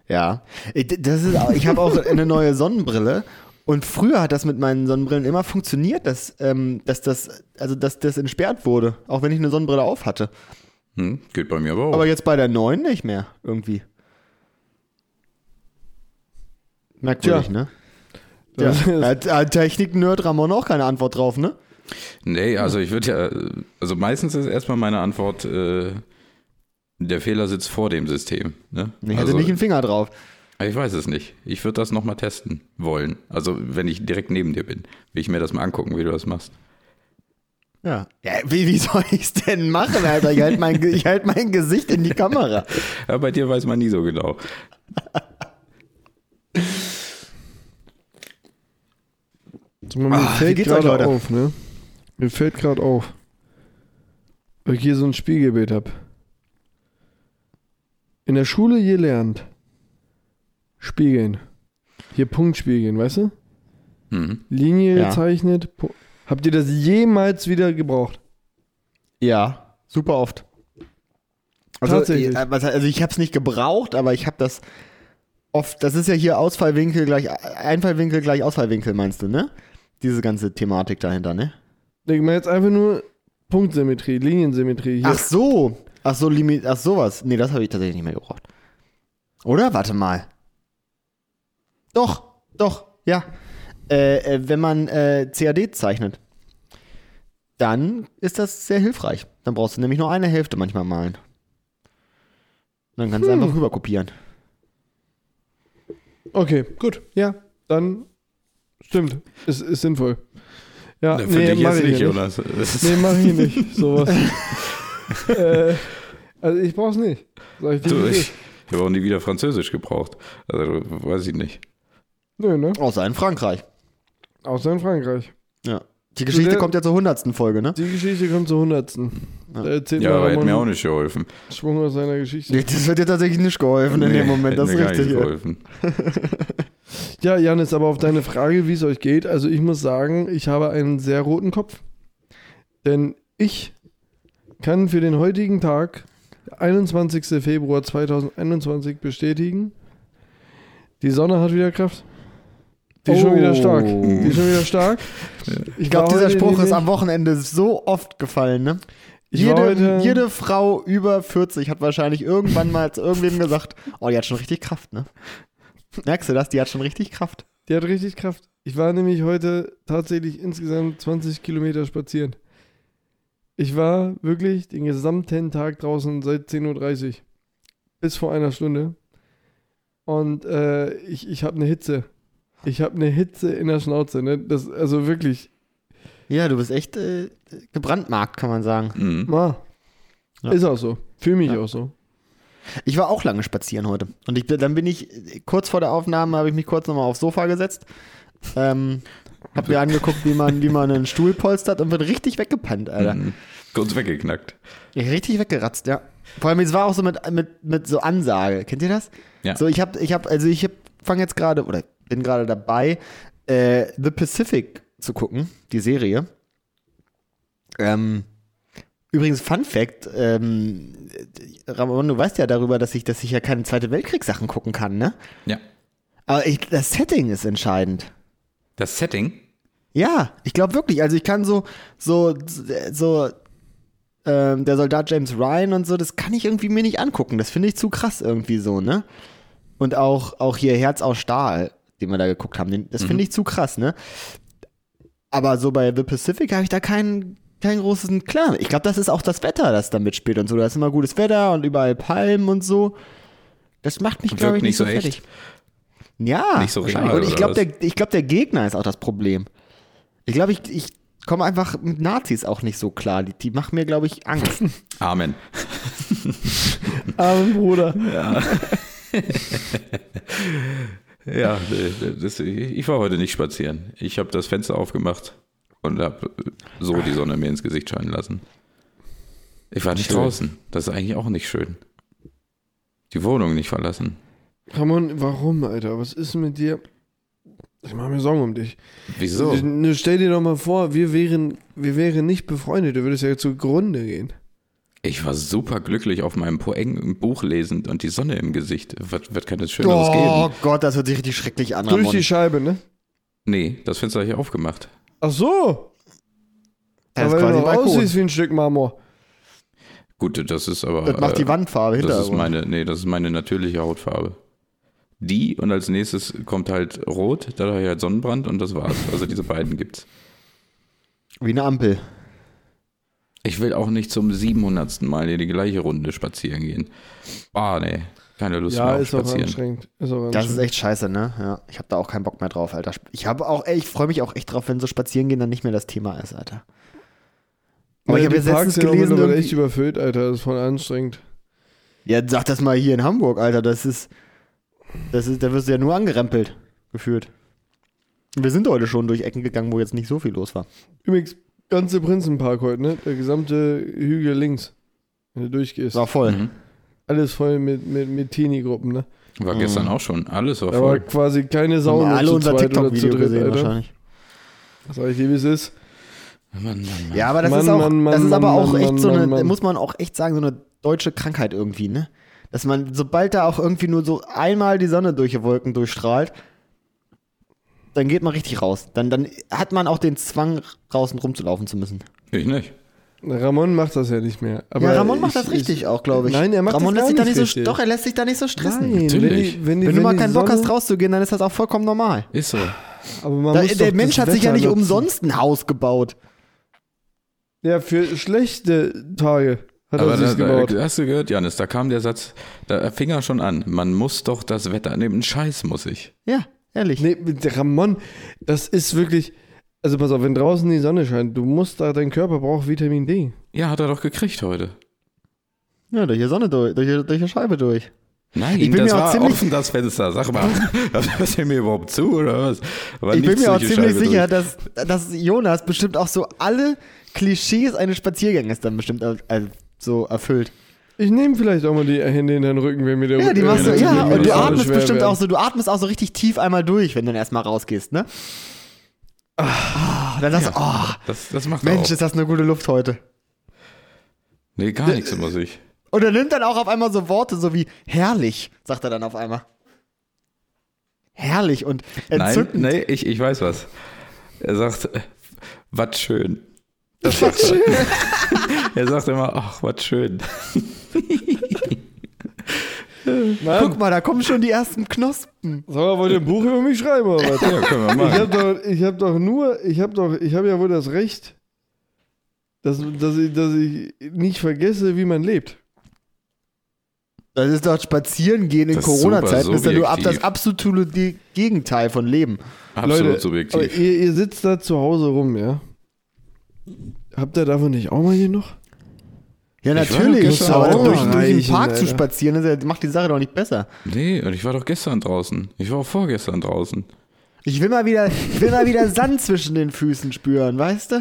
S1: Ja. Ich- Das ist, auch- ich habe auch eine neue Sonnenbrille. Und früher hat das mit meinen Sonnenbrillen immer funktioniert, dass, ähm, dass das, also dass das entsperrt wurde, auch wenn ich eine Sonnenbrille auf hatte.
S3: Hm, geht bei mir aber auch.
S1: Aber jetzt bei der neuen nicht mehr, irgendwie. Merkwürdig,
S2: Tja.
S1: ne? Ja.
S2: Das ist-
S1: Hat, hat Technik-Nerd Ramon auch keine Antwort drauf, ne?
S3: nee, also ich würde ja, also meistens ist erstmal meine Antwort, äh, der Fehler sitzt vor dem System. Ne?
S1: Ich hatte
S3: also,
S1: nicht einen Finger drauf.
S3: ich weiß es nicht. Ich würde das nochmal testen wollen. Also wenn ich direkt neben dir bin, will ich mir das mal angucken, wie du das machst.
S1: Ja. wie, wie soll ich's denn machen, Alter? Ich halte mein, Ge- ich halt mein Gesicht in die Kamera.
S3: Ja, bei dir weiß man nie so genau.
S2: So, mir fällt
S1: geht's euch,
S2: gerade
S1: Leute?
S2: auf, ne? Mir fällt gerade auf, weil ich hier so ein Spiegelbild habe. In der Schule gelernt. Spiegeln. Hier Punkt spiegeln, weißt du?
S3: Mhm.
S2: Linie
S1: Ja.
S2: gezeichnet. Pu- Habt ihr das jemals wieder gebraucht?
S1: Ja, super oft. Also,
S2: Tatsächlich.
S1: äh, was- also ich habe es nicht gebraucht, aber ich habe das oft, das ist ja hier Ausfallwinkel gleich, Einfallwinkel gleich Ausfallwinkel, meinst du, ne? Diese ganze Thematik dahinter, ne?
S2: Denk mal jetzt einfach nur Punktsymmetrie, Liniensymmetrie. Hier.
S1: Ach so. Ach so, Limit, ach sowas. Nee, das habe ich tatsächlich nicht mehr gebraucht. Oder? Warte mal. Doch, doch, ja. Äh, äh, wenn man äh, CAD zeichnet, dann ist das sehr hilfreich. Dann brauchst du nämlich nur eine Hälfte manchmal malen. Dann kannst du einfach rüber kopieren.
S2: Okay, gut. Ja, dann stimmt. Ist, ist sinnvoll. Ja,
S3: Für
S2: Ah, nee,
S3: dich
S2: mach
S3: jetzt
S2: ich
S3: nicht,
S2: ja
S3: Jonas. Das ist-
S2: Nee, mach ich nicht. Sowas. äh, also ich brauch's nicht. Sag ich dir.
S3: Du,
S2: wie es
S3: ich
S2: ist.
S3: ich habe auch nie wieder Französisch gebraucht. Also weiß ich nicht.
S2: Nö, ne?
S1: Außer in Frankreich.
S2: Außer in Frankreich.
S1: Ja. Die Geschichte
S2: Der-
S1: kommt ja zur hundertsten Folge, ne?
S2: Die Geschichte kommt zur hundertsten. Da erzählt
S3: Ja,
S2: man
S3: aber hätte mir auch
S2: einen
S3: nicht geholfen.
S2: Schwung aus seiner Geschichte.
S1: Das wird dir tatsächlich nicht geholfen in
S3: Nee,
S1: dem Moment,
S3: hätte
S1: das
S3: mir
S1: ist
S3: gar nicht
S1: richtig. ey.
S3: geholfen.
S2: Ja, Janis, aber auf deine Frage, wie es euch geht, also ich muss sagen, ich habe einen sehr roten Kopf. Denn ich kann für den heutigen Tag, 21. Februar 2021, bestätigen, die Sonne hat wieder Kraft. Die ist schon wieder stark. Die ist schon wieder stark.
S1: Ich glaube,
S2: war
S1: dieser
S2: heute
S1: Spruch ist
S2: nämlich-
S1: am Wochenende so oft gefallen, ne?
S2: Ich war
S1: Jede,
S2: heute-
S1: jede Frau über 40 hat wahrscheinlich irgendwann mal zu irgendwem gesagt, oh, die hat schon richtig Kraft, ne? Merkst du das? Die hat schon richtig Kraft.
S2: Die hat richtig Kraft. Ich war nämlich heute tatsächlich insgesamt 20 Kilometer spazieren. Ich war wirklich den gesamten Tag draußen seit 10.30 Uhr. Bis vor einer Stunde. Und äh, ich, ich habe eine Hitze. Ich habe eine Hitze in der Schnauze. Ne? Das, also wirklich.
S1: Ja, du bist echt äh, gebrandmarkt, kann man sagen.
S3: Mhm.
S2: Ma.
S1: Ja.
S2: Ist auch so. Fühle mich
S1: Ja.
S2: auch so.
S1: Ich war auch lange spazieren heute. Und ich, bin- dann bin ich, äh, kurz vor der Aufnahme, habe ich mich kurz nochmal aufs Sofa gesetzt. Ähm, hab mir angeguckt, wie man, wie man einen Stuhl polstert und bin richtig weggepennt, Alter.
S3: Mhm. Kurz weggeknackt.
S1: Richtig weggeratzt, ja. Vor allem, es war auch so mit, mit, mit so Ansage. Kennt ihr das?
S3: Ja.
S1: So, ich habe, ich hab, also ich fange jetzt gerade, oder bin gerade dabei, äh, The Pacific zu gucken, die Serie. Ähm, übrigens, Fun Fact, ähm, Ramon, du weißt ja darüber, dass ich, dass ich ja keine Zweite Weltkriegssachen gucken kann, ne?
S3: Ja.
S1: Aber ich, das Setting ist entscheidend.
S3: Das Setting.
S1: Ja, ich glaube wirklich. Also ich kann so, so, so, ähm, der Soldat James Ryan und so, das kann ich irgendwie mir nicht angucken. Das finde ich zu krass irgendwie so, ne? Und auch, auch hier Herz aus Stahl, den wir da geguckt haben, den, das finde ich zu krass, ne? Aber so bei The Pacific habe ich da keinen, keinen großen Klar. Ich glaube, das ist auch das Wetter, das da mitspielt und so. Da ist immer gutes Wetter und überall Palmen und so. Das macht mich,
S3: Wirkt
S1: glaube ich, nicht
S3: nicht
S1: so,
S3: so echt.
S1: fertig. Ja,
S3: Nicht so real,
S1: wahrscheinlich. und ich
S3: oder
S1: glaube,
S3: was?
S1: der, ich glaub, der Gegner ist auch das Problem. Ich glaube, ich, ich komme einfach mit Nazis auch nicht so klar. Die, die machen mir, glaube ich, Angst.
S3: Amen.
S2: Armen Bruder.
S3: Ja, äh, das, ich war heute nicht spazieren. Ich habe das Fenster aufgemacht und habe so die Sonne mir ins Gesicht scheinen lassen. Ich war nicht
S1: Schön.
S3: draußen. Das ist eigentlich auch nicht schön. Die Wohnung nicht verlassen.
S2: Ramon, warum, Alter? Was ist mit dir? Ich mache mir Sorgen um dich.
S3: Wieso?
S2: Ne, Stell dir doch mal vor, wir wären, wir wären nicht befreundet, du würdest ja zugrunde gehen.
S3: Ich war super glücklich auf meinem Poeng Buch lesend und die Sonne im Gesicht. Was, was kann es Schöneres geben?
S1: Oh Gott, das hört sich richtig schrecklich an.
S2: Durch
S1: Ramon.
S2: die Scheibe, ne?
S3: Nee, das Fenster habe ich aufgemacht.
S2: Ach so!
S1: das ist
S2: aber wenn
S1: quasi
S2: du
S1: ein
S2: doch aussiehst
S1: Balkon.
S2: wie ein Stück Marmor.
S3: Gut, das ist aber.
S1: Das macht die
S3: äh,
S1: Wandfarbe hinter
S3: Das ist meine, nee, das ist meine natürliche Hautfarbe. Die und als nächstes kommt halt Rot, da habe ich halt Sonnenbrand und das war's. Also diese beiden gibt's.
S1: Wie eine Ampel.
S3: Ich will auch nicht zum 700. Mal in die gleiche Runde spazieren gehen. Ah, nee, keine Lust
S2: Ja,
S3: mehr auf
S2: ist auch
S3: Spazieren.
S2: anstrengend. Ist auch
S1: Das ist
S2: anstrengend.
S1: echt scheiße, ne? Ja, ich habe da auch keinen Bock mehr drauf, Alter. Ich habe auch, ey, ich freue mich auch echt drauf, wenn so spazieren gehen dann nicht mehr das Thema ist, Alter. Aber ich
S2: Ne,
S1: habe
S2: die
S1: jetzt letztens
S2: Parks sind auch
S1: gelesen,
S2: mittlerweile
S1: irgendwie-
S2: echt überfüllt, Alter. Das ist voll anstrengend.
S1: Ja, sag das mal hier in Hamburg, Alter. Das ist. Das ist da wirst du ja nur angerempelt, gefühlt. Wir sind heute schon durch Ecken gegangen, wo jetzt nicht so viel los war.
S2: Übrigens, ganze Prinzenpark heute, ne? Der gesamte Hügel links. Wenn du durchgehst.
S1: War voll.
S3: Mhm.
S2: Alles voll mit, mit, mit Teenie-Gruppen, ne?
S3: War gestern
S1: Mhm.
S3: auch schon. Alles war
S2: Da war
S3: voll.
S2: quasi keine Sau.
S1: Haben wir
S2: nur
S1: alle
S2: zu
S1: unser
S2: zweit oder zu
S1: TikTok-Video
S2: dritt,
S1: gesehen,
S2: Alter.
S1: wahrscheinlich.
S2: Sag ich dir, wie es ist.
S3: Mann, Mann, Mann.
S1: Ja, aber das
S2: Mhm. Mann,
S1: ist auch.
S2: Mann, Mann,
S1: das ist aber
S2: Mann,
S1: auch
S2: Mann,
S1: echt
S2: Mann,
S1: so eine,
S2: Mann, Mann.
S1: muss man auch echt sagen, so eine deutsche Krankheit irgendwie, ne? Dass man, sobald da auch irgendwie nur so einmal die Sonne durch die Wolken durchstrahlt, dann geht man richtig raus. Dann, dann hat man auch den Zwang, draußen rumzulaufen zu müssen.
S3: Ich nicht.
S2: Ramon macht das ja nicht mehr. Aber
S1: ja, Ramon macht
S2: ich-
S1: das richtig
S2: ich,
S1: auch, glaube äh, ich.
S2: Nein, er macht
S1: Ramon
S2: das
S1: lässt sich da
S2: gar nicht
S1: nicht so,
S2: richtig.
S1: Doch, er lässt sich da nicht so stressen.
S2: Nein, wenn,
S3: Natürlich.
S2: die, wenn, die,
S1: Wenn du mal
S2: die
S1: keinen Bock
S2: Sonne-
S1: hast, rauszugehen, dann ist das auch vollkommen normal.
S3: Ist so.
S2: Aber man
S1: Da,
S2: muss
S1: der
S2: doch
S1: Mensch
S2: das
S1: hat sich ja
S2: Wetter
S1: nicht
S2: nutzen.
S1: umsonst ein Haus gebaut.
S2: Ja, für schlechte Tage hat
S3: Aber
S2: er sich
S3: da,
S2: gebaut.
S3: da, hast du gehört, Janis, da kam der Satz, da fing er schon an. Man muss doch das Wetter nehmen. Einen Scheiß muss ich.
S1: Ja, ehrlich.
S2: Nee, mit Ramon, das ist wirklich. Also pass auf, wenn draußen die Sonne scheint, du musst da, dein Körper braucht Vitamin D.
S3: Ja, hat er doch gekriegt heute.
S1: Ja, durch die Sonne durch, durch, die- durch die Scheibe durch.
S3: Nein,
S1: Ich bin
S3: das
S1: mir auch
S3: war
S1: ziemlich-
S3: offen, das Fenster. Sag mal, hörst du mir überhaupt zu oder was? War
S1: ich bin
S3: nichts
S1: mir auch
S3: durch die
S1: ziemlich
S3: Scheibe
S1: sicher,
S3: durch.
S1: dass, dass Jonas bestimmt auch so alle Klischees eines Spaziergängers dann bestimmt äh, äh, so erfüllt.
S2: Ich nehme vielleicht auch mal die Hände in den Rücken, wenn mir der
S1: Ja, die
S2: Rücken-
S1: machst du,
S2: wenn
S1: ja,
S2: mir die
S1: und du
S2: Sonne
S1: atmest
S2: schwer
S1: bestimmt
S2: werden.
S1: auch so, du atmest auch so richtig tief einmal durch, wenn du dann erstmal rausgehst, ne? Ah, dann sagst du, oh,
S3: Das, das macht er
S1: Mensch,
S3: auch.
S1: ist das eine gute Luft heute.
S3: Nee, gar nichts immer sich.
S1: Und er nimmt dann auch auf einmal so Worte, so wie herrlich, sagt er dann auf einmal. Herrlich und
S3: Nein,
S1: entzückend.
S3: nee, ich, ich weiß was. Er sagt, äh, was schön. Das
S1: Was
S3: sagt er.
S1: schön.
S3: er sagt immer, ach, was schön.
S1: Guck mal, da kommen schon die ersten Knospen.
S2: Sag mal, wollt ihr ein Buch über mich schreiben oder was?
S3: Ja, können wir
S2: Ich
S3: machen.
S2: hab doch, ich hab doch nur, ich hab doch, ich hab ja wohl das Recht, dass, dass, ich, dass ich nicht vergesse, wie man lebt.
S1: Das ist doch Spazierengehen in
S3: Das ist super
S1: Corona-Zeiten. Das ist ja nur ab das
S3: subjektiv.
S1: absolute Di- Gegenteil von Leben.
S3: Absolut
S2: Leute,
S3: subjektiv.
S2: Aber ihr, ihr sitzt da zu Hause rum, ja? Habt ihr davon nicht auch mal hier noch?
S1: Ja,
S3: Ich war doch
S1: natürlich.
S3: gestern
S1: Aber
S3: auch
S1: durch,
S2: mal
S1: durch den
S2: reichen,
S1: Park zu
S2: Alter.
S1: spazieren, das ist ja- macht die Sache doch nicht besser.
S3: Nee, und ich war doch gestern draußen. Ich war auch vorgestern draußen.
S1: Ich will mal wieder, ich will mal wieder Sand zwischen den Füßen spüren, weißt du?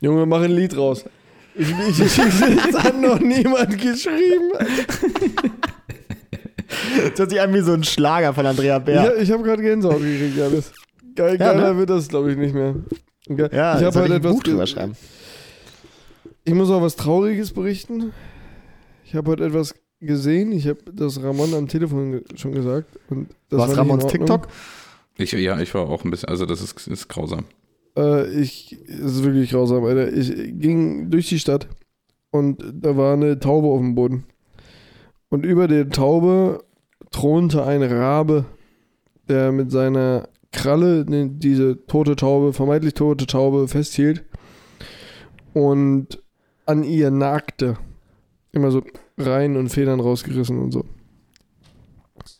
S2: Junge, mach ein Lied raus. Ich, ich, ich, das hat noch niemand geschrieben.
S1: Das hört sich an wie so ein Schlager von Andrea
S2: Ich,
S1: Bär.
S2: hab- ich habe gerade Gänsehaut gekriegt, Janis. Geil,
S1: Ja,
S2: geiler
S1: ne?
S2: wird das, glaube ich, nicht mehr. Okay.
S1: Ja,
S2: ich
S1: jetzt
S2: habe
S1: soll
S2: heute
S1: ich ein
S2: etwas.
S1: Buch drüber
S2: ge-
S1: schreiben.
S2: Ich muss auch was Trauriges berichten. Ich habe heute etwas gesehen. Ich habe das Ramon am Telefon ge schon gesagt. Und das war
S1: Was
S2: nicht
S1: Ramons
S2: in Ordnung.
S1: TikTok?
S3: Ich, ja, ich war auch ein bisschen, also das ist, ist grausam.
S2: Äh, ich, es ist wirklich grausam, Alter. Ich ging durch die Stadt und da war eine Taube auf dem Boden. Und über der Taube thronte ein Rabe, der mit seiner Kralle ne- diese tote Taube, vermeintlich tote Taube festhielt und an ihr nagte. Immer so rein und Federn rausgerissen und so.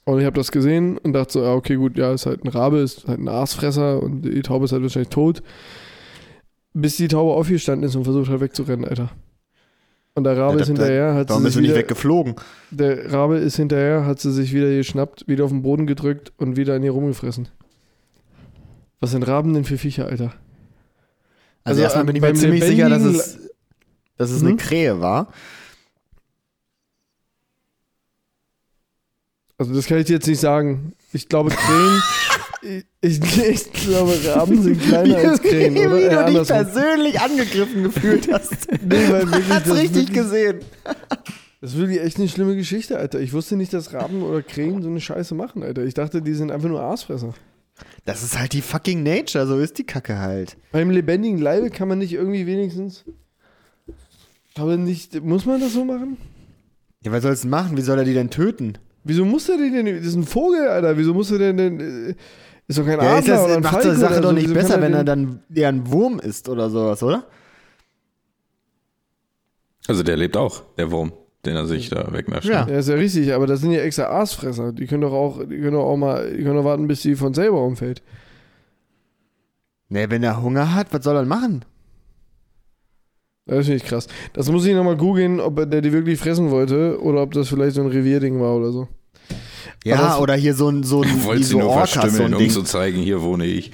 S2: Und ich habe das gesehen und dachte so, ja, okay, gut, ja, ist halt ein Rabe, ist halt ein Aasfresser und die Taube ist halt wahrscheinlich tot. Bis die Taube aufgestanden ist und versucht hat wegzurennen, Alter. Und der Rabe
S1: Ja,
S2: ist
S1: da- da-
S2: hinterher, hat
S1: Warum
S2: sie
S1: bist
S2: sich
S1: du nicht
S2: Also wieder,
S1: weggeflogen? Also
S2: der Rabe ist hinterher, hat sie sich wieder geschnappt, wieder auf den Boden gedrückt und wieder an ihr rumgefressen. Was sind Raben denn für Viecher, Alter?
S1: Also,
S2: Also,
S1: erstmal
S2: äh,
S1: bin ich mir
S2: beim
S1: ziemlich sicher, dass
S2: lebendigen
S1: es, dass es eine
S2: Hm?
S1: Krähe war.
S2: Also das kann ich dir jetzt nicht sagen. Ich glaube Krähen. ich, ich, ich glaube Raben sind kleiner als Krähen, oder?
S1: Wie du
S2: Äh,
S1: dich
S2: andersrum.
S1: persönlich angegriffen gefühlt hast.
S2: Nee, weil wirklich,
S1: Hat's
S2: das
S1: richtig
S2: wirklich,
S1: gesehen.
S2: Das ist wirklich echt eine schlimme Geschichte, Alter. Ich wusste nicht, dass Raben oder Krähen so eine Scheiße machen, Alter. Ich dachte, die sind einfach nur Aasfresser.
S1: Das ist halt die fucking Nature, so ist die Kacke halt.
S2: Beim lebendigen Leibe kann man nicht irgendwie wenigstens. Aber nicht. Muss man das so machen?
S1: Ja, was sollst du machen? Wie soll er die denn töten?
S2: Wieso muss er den denn? Das ist ein Vogel, Alter. Wieso muss er denn denn? äh, Ist doch kein
S1: Ja,
S2: Adler
S1: ist das,
S2: oder ein
S1: macht
S2: Falke
S1: die Sache
S2: oder
S1: doch
S2: so.
S1: nicht
S2: Wieso kann
S1: besser, wenn er
S2: den-
S1: dann eher ein Wurm ist oder sowas, oder?
S3: Also der lebt auch, der Wurm, den er sich da wegnascht.
S1: Ja.
S2: Ja, ist ja richtig, aber das sind ja extra Aasfresser. Die können doch auch, die können doch auch mal, die können doch warten, bis die von selber umfällt.
S1: Ne, wenn er Hunger hat, was soll er machen?
S2: Das finde ich krass. Das muss ich nochmal googeln, ob der die wirklich fressen wollte oder ob das vielleicht so ein Revierding war oder so. Aber
S1: Ja,
S2: das-
S1: oder hier so ein, so ein wie
S3: Wollte sie
S1: so
S3: nur
S1: Orcas, so
S3: verstümmeln,
S1: ein
S3: um
S1: Ding.
S3: zu zeigen, hier wohne ich.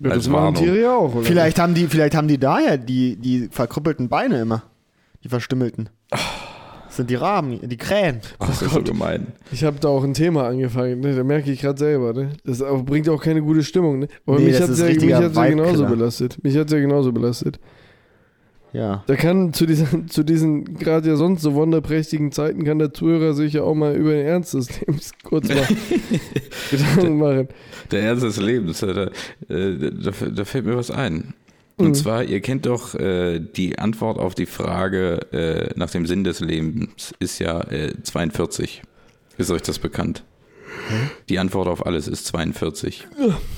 S2: Ja,
S3: Als
S2: das machen
S3: Warnung.
S2: Tiere ja auch, oder?
S1: Vielleicht haben die, vielleicht haben die daher die, die verkrüppelten Beine immer. Die verstümmelten. Das sind die Raben, die Krähen.
S3: Ach, das ist so gemein.
S2: Ich habe da auch ein Thema angefangen, ne? da merke ich gerade selber. Ne? Das auch, bringt auch keine gute Stimmung. Ne? Aber
S1: Nee,
S2: mich
S1: das
S2: hat
S1: ist
S2: es ja, mich
S1: richtiger
S2: hat's ja genauso
S1: Vibe-Killer.
S2: belastet. Mich hat es ja genauso belastet.
S1: Ja.
S2: Da kann zu diesen, zu diesen gerade ja sonst so wunderprächtigen Zeiten, kann der Zuhörer sich ja auch mal über den Ernst des Lebens kurz mal Gedanken machen.
S3: Der Ernst des Lebens, da, da, äh, da, da fällt mir was ein.
S1: Mhm.
S3: Und zwar, ihr kennt doch äh, die Antwort auf die Frage äh, nach dem Sinn des Lebens ist ja äh, 42. Ist euch das bekannt? Die Antwort auf alles ist 42.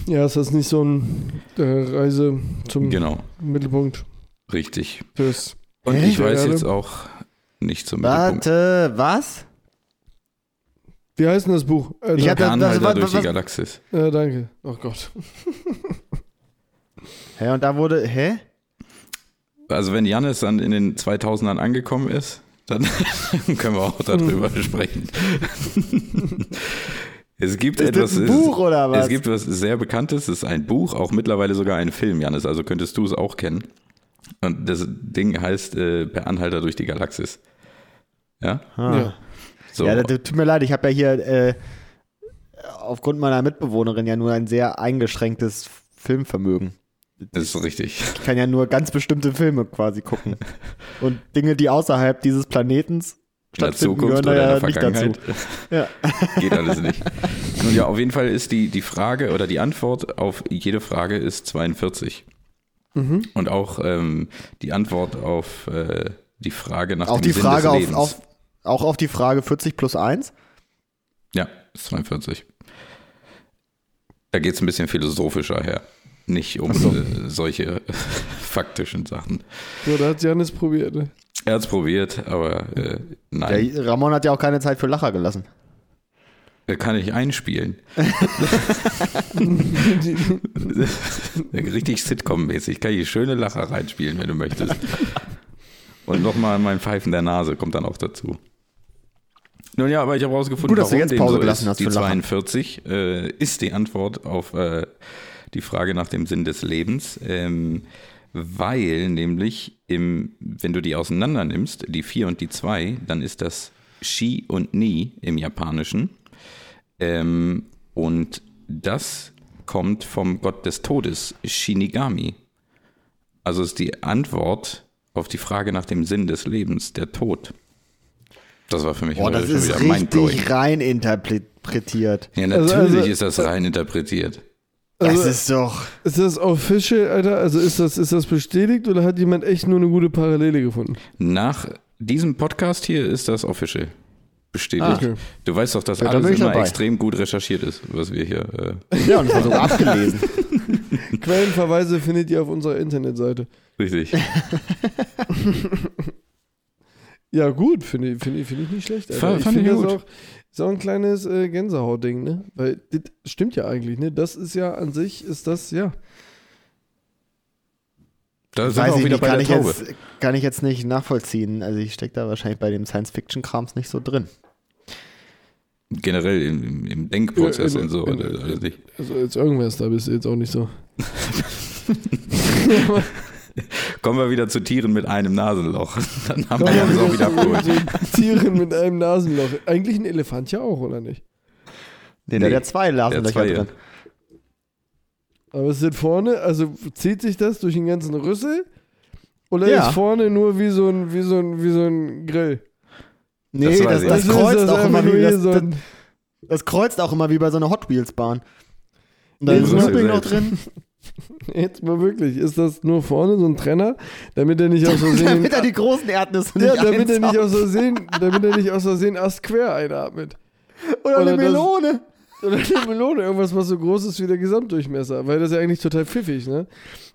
S2: Ja, ist das nicht so ein äh, Reise zum
S3: Genau,
S2: Mittelpunkt
S3: richtig.
S2: des.
S3: Und
S1: Hä?
S3: ich weiß
S2: Gerade?
S3: jetzt auch nicht zum Mittelpunkt.
S1: Warte, was?
S2: Wie heißt denn das Buch? Äh,
S1: Ich hab-
S2: danke.
S1: das- das-
S3: Anhalter
S1: was-
S3: durch
S1: was-
S3: die Galaxis.
S2: äh, danke. Oh Gott.
S1: Hä, und da wurde, hä?
S3: Also wenn Janis dann in den 2000ern angekommen ist, dann können wir auch darüber sprechen. es gibt
S1: Ist
S3: etwas,
S1: das ein
S3: es-
S1: Buch oder was?
S3: Äh, Es gibt was sehr Bekanntes, es ist ein Buch, auch mittlerweile sogar ein Film, Janis, also könntest du es auch kennen. Und das Ding heißt äh, Per Anhalter durch die Galaxis. Ja?
S1: Ah.
S3: So.
S1: Ja, das, das tut mir leid, ich habe ja hier äh, aufgrund meiner Mitbewohnerin ja nur ein sehr eingeschränktes Filmvermögen.
S3: Das ist richtig.
S1: Ich kann ja nur ganz bestimmte Filme quasi gucken. Und Dinge, die außerhalb dieses Planetens
S3: In der
S1: stattfinden, gehören
S3: Zukunft
S1: da
S3: oder
S1: ja
S3: in der
S1: nicht dazu.
S3: Vergangenheit.
S1: Ja.
S3: Geht alles nicht. Nun ja, auf jeden Fall ist die, die Frage oder die Antwort auf jede Frage ist 42.
S1: Mhm.
S3: Und auch ähm, die Antwort auf äh, die Frage nach
S1: Auch
S3: dem
S1: die
S3: Sinn
S1: Frage
S3: des
S1: auf,
S3: Lebens.
S1: auf, auch auf die Frage 40 plus 1.
S3: Ja, ist 42. Da geht es ein bisschen philosophischer her. Nicht um äh, solche faktischen Sachen.
S2: So, da hat Janis probiert. Ne?
S3: Er hat es probiert, aber äh, nein.
S1: Der Ramon hat ja auch keine Zeit für Lacher gelassen.
S3: Da Äh, kann ich einspielen. Richtig Sitcom-mäßig. Kann ich schöne Lacher reinspielen, wenn du möchtest. Und nochmal mein Pfeifen der Nase kommt dann auch dazu. Nun ja, aber ich habe herausgefunden,
S1: Gut, dass du
S3: warum
S1: jetzt
S3: dem
S1: Pause
S3: so
S1: gelassen
S3: ist.
S1: hast
S3: Die
S1: für Lachen.
S3: 42 äh, ist die Antwort auf äh, die Frage nach dem Sinn des Lebens. Ähm, weil nämlich, im, wenn du die auseinander nimmst, die 4 und die 2, dann ist das Shi und Ni im Japanischen. Ähm, und das kommt vom Gott des Todes, Shinigami. Also ist die Antwort auf die Frage nach dem Sinn des Lebens, der Tod. Das war für mich
S1: Boah,
S3: heute
S1: das
S3: schon
S1: ist
S3: wieder mindblowing.
S1: richtig rein interpretiert.
S3: Ja,
S2: Also,
S3: natürlich
S2: also-
S3: ist das
S1: äh,
S3: rein interpretiert.
S1: Das
S2: Also-
S1: ist doch.
S2: Ist das official, Alter? Also ist das, ist das bestätigt oder hat jemand echt nur eine gute Parallele gefunden?
S3: Nach diesem Podcast hier ist das official bestätigt.
S1: Ah,
S2: okay.
S3: Du weißt doch, dass
S1: Ja, da bin
S3: alles
S1: ich
S3: immer
S1: dabei.
S3: extrem gut recherchiert ist, was wir hier. Äh,
S1: Ja, und es war sogar abgelesen.
S2: Quellenverweise findet ihr auf unserer Internetseite.
S3: äh, richtig.
S2: Ja, gut, finde ich, finde ich, finde ich nicht schlecht. Alter.
S3: Fand-
S2: ich
S3: fand
S2: finde
S3: ich
S2: das
S3: gut.
S2: auch, ist auch ein kleines äh, Gänsehautding, ne? Weil das stimmt ja eigentlich, ne? Das ist ja an sich, ist das, ja.
S3: Da sind wir
S1: Weiß
S3: auch
S1: ich
S3: wieder
S1: nicht,
S3: bei
S1: kann
S3: der
S1: ich,
S3: Taube.
S1: jetzt, kann ich jetzt nicht nachvollziehen. Also ich stecke da wahrscheinlich bei dem Science-Fiction-Krams nicht so drin.
S3: Generell im, im- im
S1: Äh,
S3: Denkprozess
S2: Ja, in-
S3: und so.
S2: in-
S3: oder, oder nicht.
S2: Also jetzt irgendwas da bist du jetzt auch nicht so.
S3: Kommen wir wieder zu Tieren mit einem Nasenloch. Dann haben wir uns auch wieder abgeholt.
S2: Tieren mit einem Nasenloch. Eigentlich ein Elefant ja auch, oder nicht?
S1: Nee, der
S3: Nee,
S1: hat ja zwei Nasenlöcher
S3: der hat
S1: drin.
S3: zwei,
S2: Aber es sind vorne, also zieht sich das durch den ganzen Rüssel? Oder
S1: Ja.
S2: ist vorne nur wie so ein, wie so ein, wie so ein Grill? Also
S1: Nee,
S3: Das weiß
S1: das,
S3: ich
S1: das,
S3: nicht.
S1: kreuzt
S2: ist
S1: auch immer
S2: einfach nur
S1: wie,
S2: hier
S1: das,
S2: so
S1: das,
S2: ein,
S1: das kreuzt auch immer wie bei so einer Hot Wheels-Bahn. Und da
S2: Nee,
S1: ist
S2: das
S1: Looping
S3: ist
S1: noch
S3: selbst.
S1: drin,
S2: Jetzt mal wirklich, ist das nur vorne so ein Trenner, damit er nicht aus Versehen.
S1: damit er die großen Erdnüsse nicht
S2: ja, damit er nicht
S1: einsaugt.
S2: aus Versehen, damit er nicht aus Versehen erst quer einatmet.
S1: Oder
S2: oder
S1: eine
S2: das-
S1: Melone.
S2: Oder eine Melone, irgendwas, was so groß ist wie der Gesamtdurchmesser, weil das ist ja eigentlich total pfiffig, ne?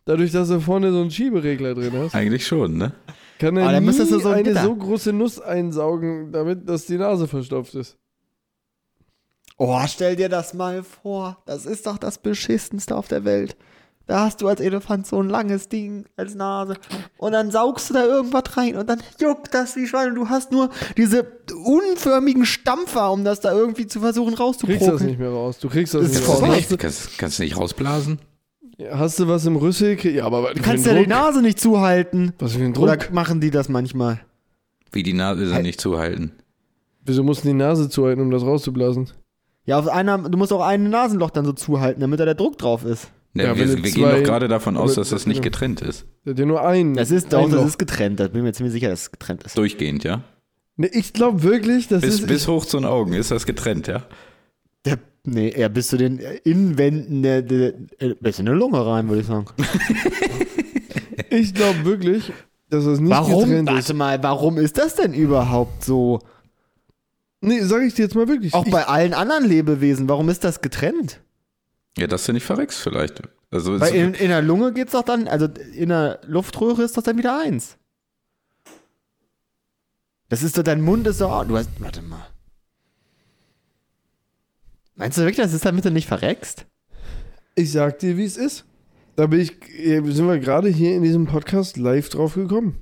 S2: Dadurch, dass du vorne so einen Schieberegler drin hast,
S3: Eigentlich schon, ne?
S2: kann
S1: Aber
S2: er
S1: Ah, dann
S2: nie
S1: müsstest du so ein
S2: eine
S1: Gitter.
S2: so große Nuss einsaugen, damit dass die Nase verstopft ist.
S1: Oh, stell dir das mal vor. Das ist doch das Beschissenste auf der Welt. Da hast du als Elefant so ein langes Ding als Nase. Und dann saugst du da irgendwas rein und dann juckt das wie Schwein. Und du hast nur diese unförmigen Stampfer, um das da irgendwie zu versuchen
S2: Du kriegst das
S1: rauszuprokeln.
S2: nicht mehr raus. Du kriegst das
S1: Ist
S2: nicht mehr
S1: vorbei.
S2: raus.
S1: Hast
S3: Kannst, kannst, kannst du nicht rausblasen?
S2: Hast du was im Rüssel? Krieg- Ja, aber was
S1: Du kannst
S2: für
S1: ja
S2: ein
S1: die
S2: Druck?
S1: Nase nicht zuhalten.
S2: Was für ein Druck?
S1: Oder machen die das manchmal?
S3: Wie die Nase dann nicht zuhalten.
S2: Wieso mussten die Nase zuhalten, um das rauszublasen?
S1: Ja, auf einer, du musst auch ein Nasenloch dann so zuhalten, damit da der Druck drauf ist.
S3: Ne,
S2: Ja, wenn
S3: wir
S2: du
S3: wir
S2: zwei-
S3: gehen doch gerade davon aus,
S2: aber-
S3: dass das nicht getrennt ist.
S2: Der hat ja nur einen.
S1: Das ist doch,
S2: ein
S1: das
S2: Loch.
S1: ist getrennt. Da bin ich mir ziemlich sicher, dass es getrennt ist.
S3: Durchgehend, ja?
S2: Nee, ich glaube wirklich, das
S3: Bis,
S2: ist.
S3: bis hoch zu den Augen ist das getrennt, ja?
S1: Der, nee, eher bis zu den äh, Innenwänden der, der, der bis in die Lunge rein, würde ich sagen.
S2: ich ich glaube wirklich, dass das nicht
S1: Warum? Also-
S2: getrennt ist.
S1: Warte mal, warum ist das denn überhaupt so?
S2: Nee, sag ich dir jetzt mal wirklich.
S1: Auch
S2: ich,
S1: bei allen anderen Lebewesen, warum ist das getrennt?
S3: Ja, dass du nicht verreckst vielleicht. Also
S1: Weil
S3: es,
S1: in, in der Lunge geht's doch dann, also in der Luftröhre ist doch dann wieder eins. Das ist doch, dein Mund ist doch auch, du hast, warte mal. Meinst du wirklich, das ist damit du nicht verreckst?
S2: ich sag dir, wie es ist. Da bin ich, äh, sind wir gerade hier in diesem Podcast live drauf gekommen.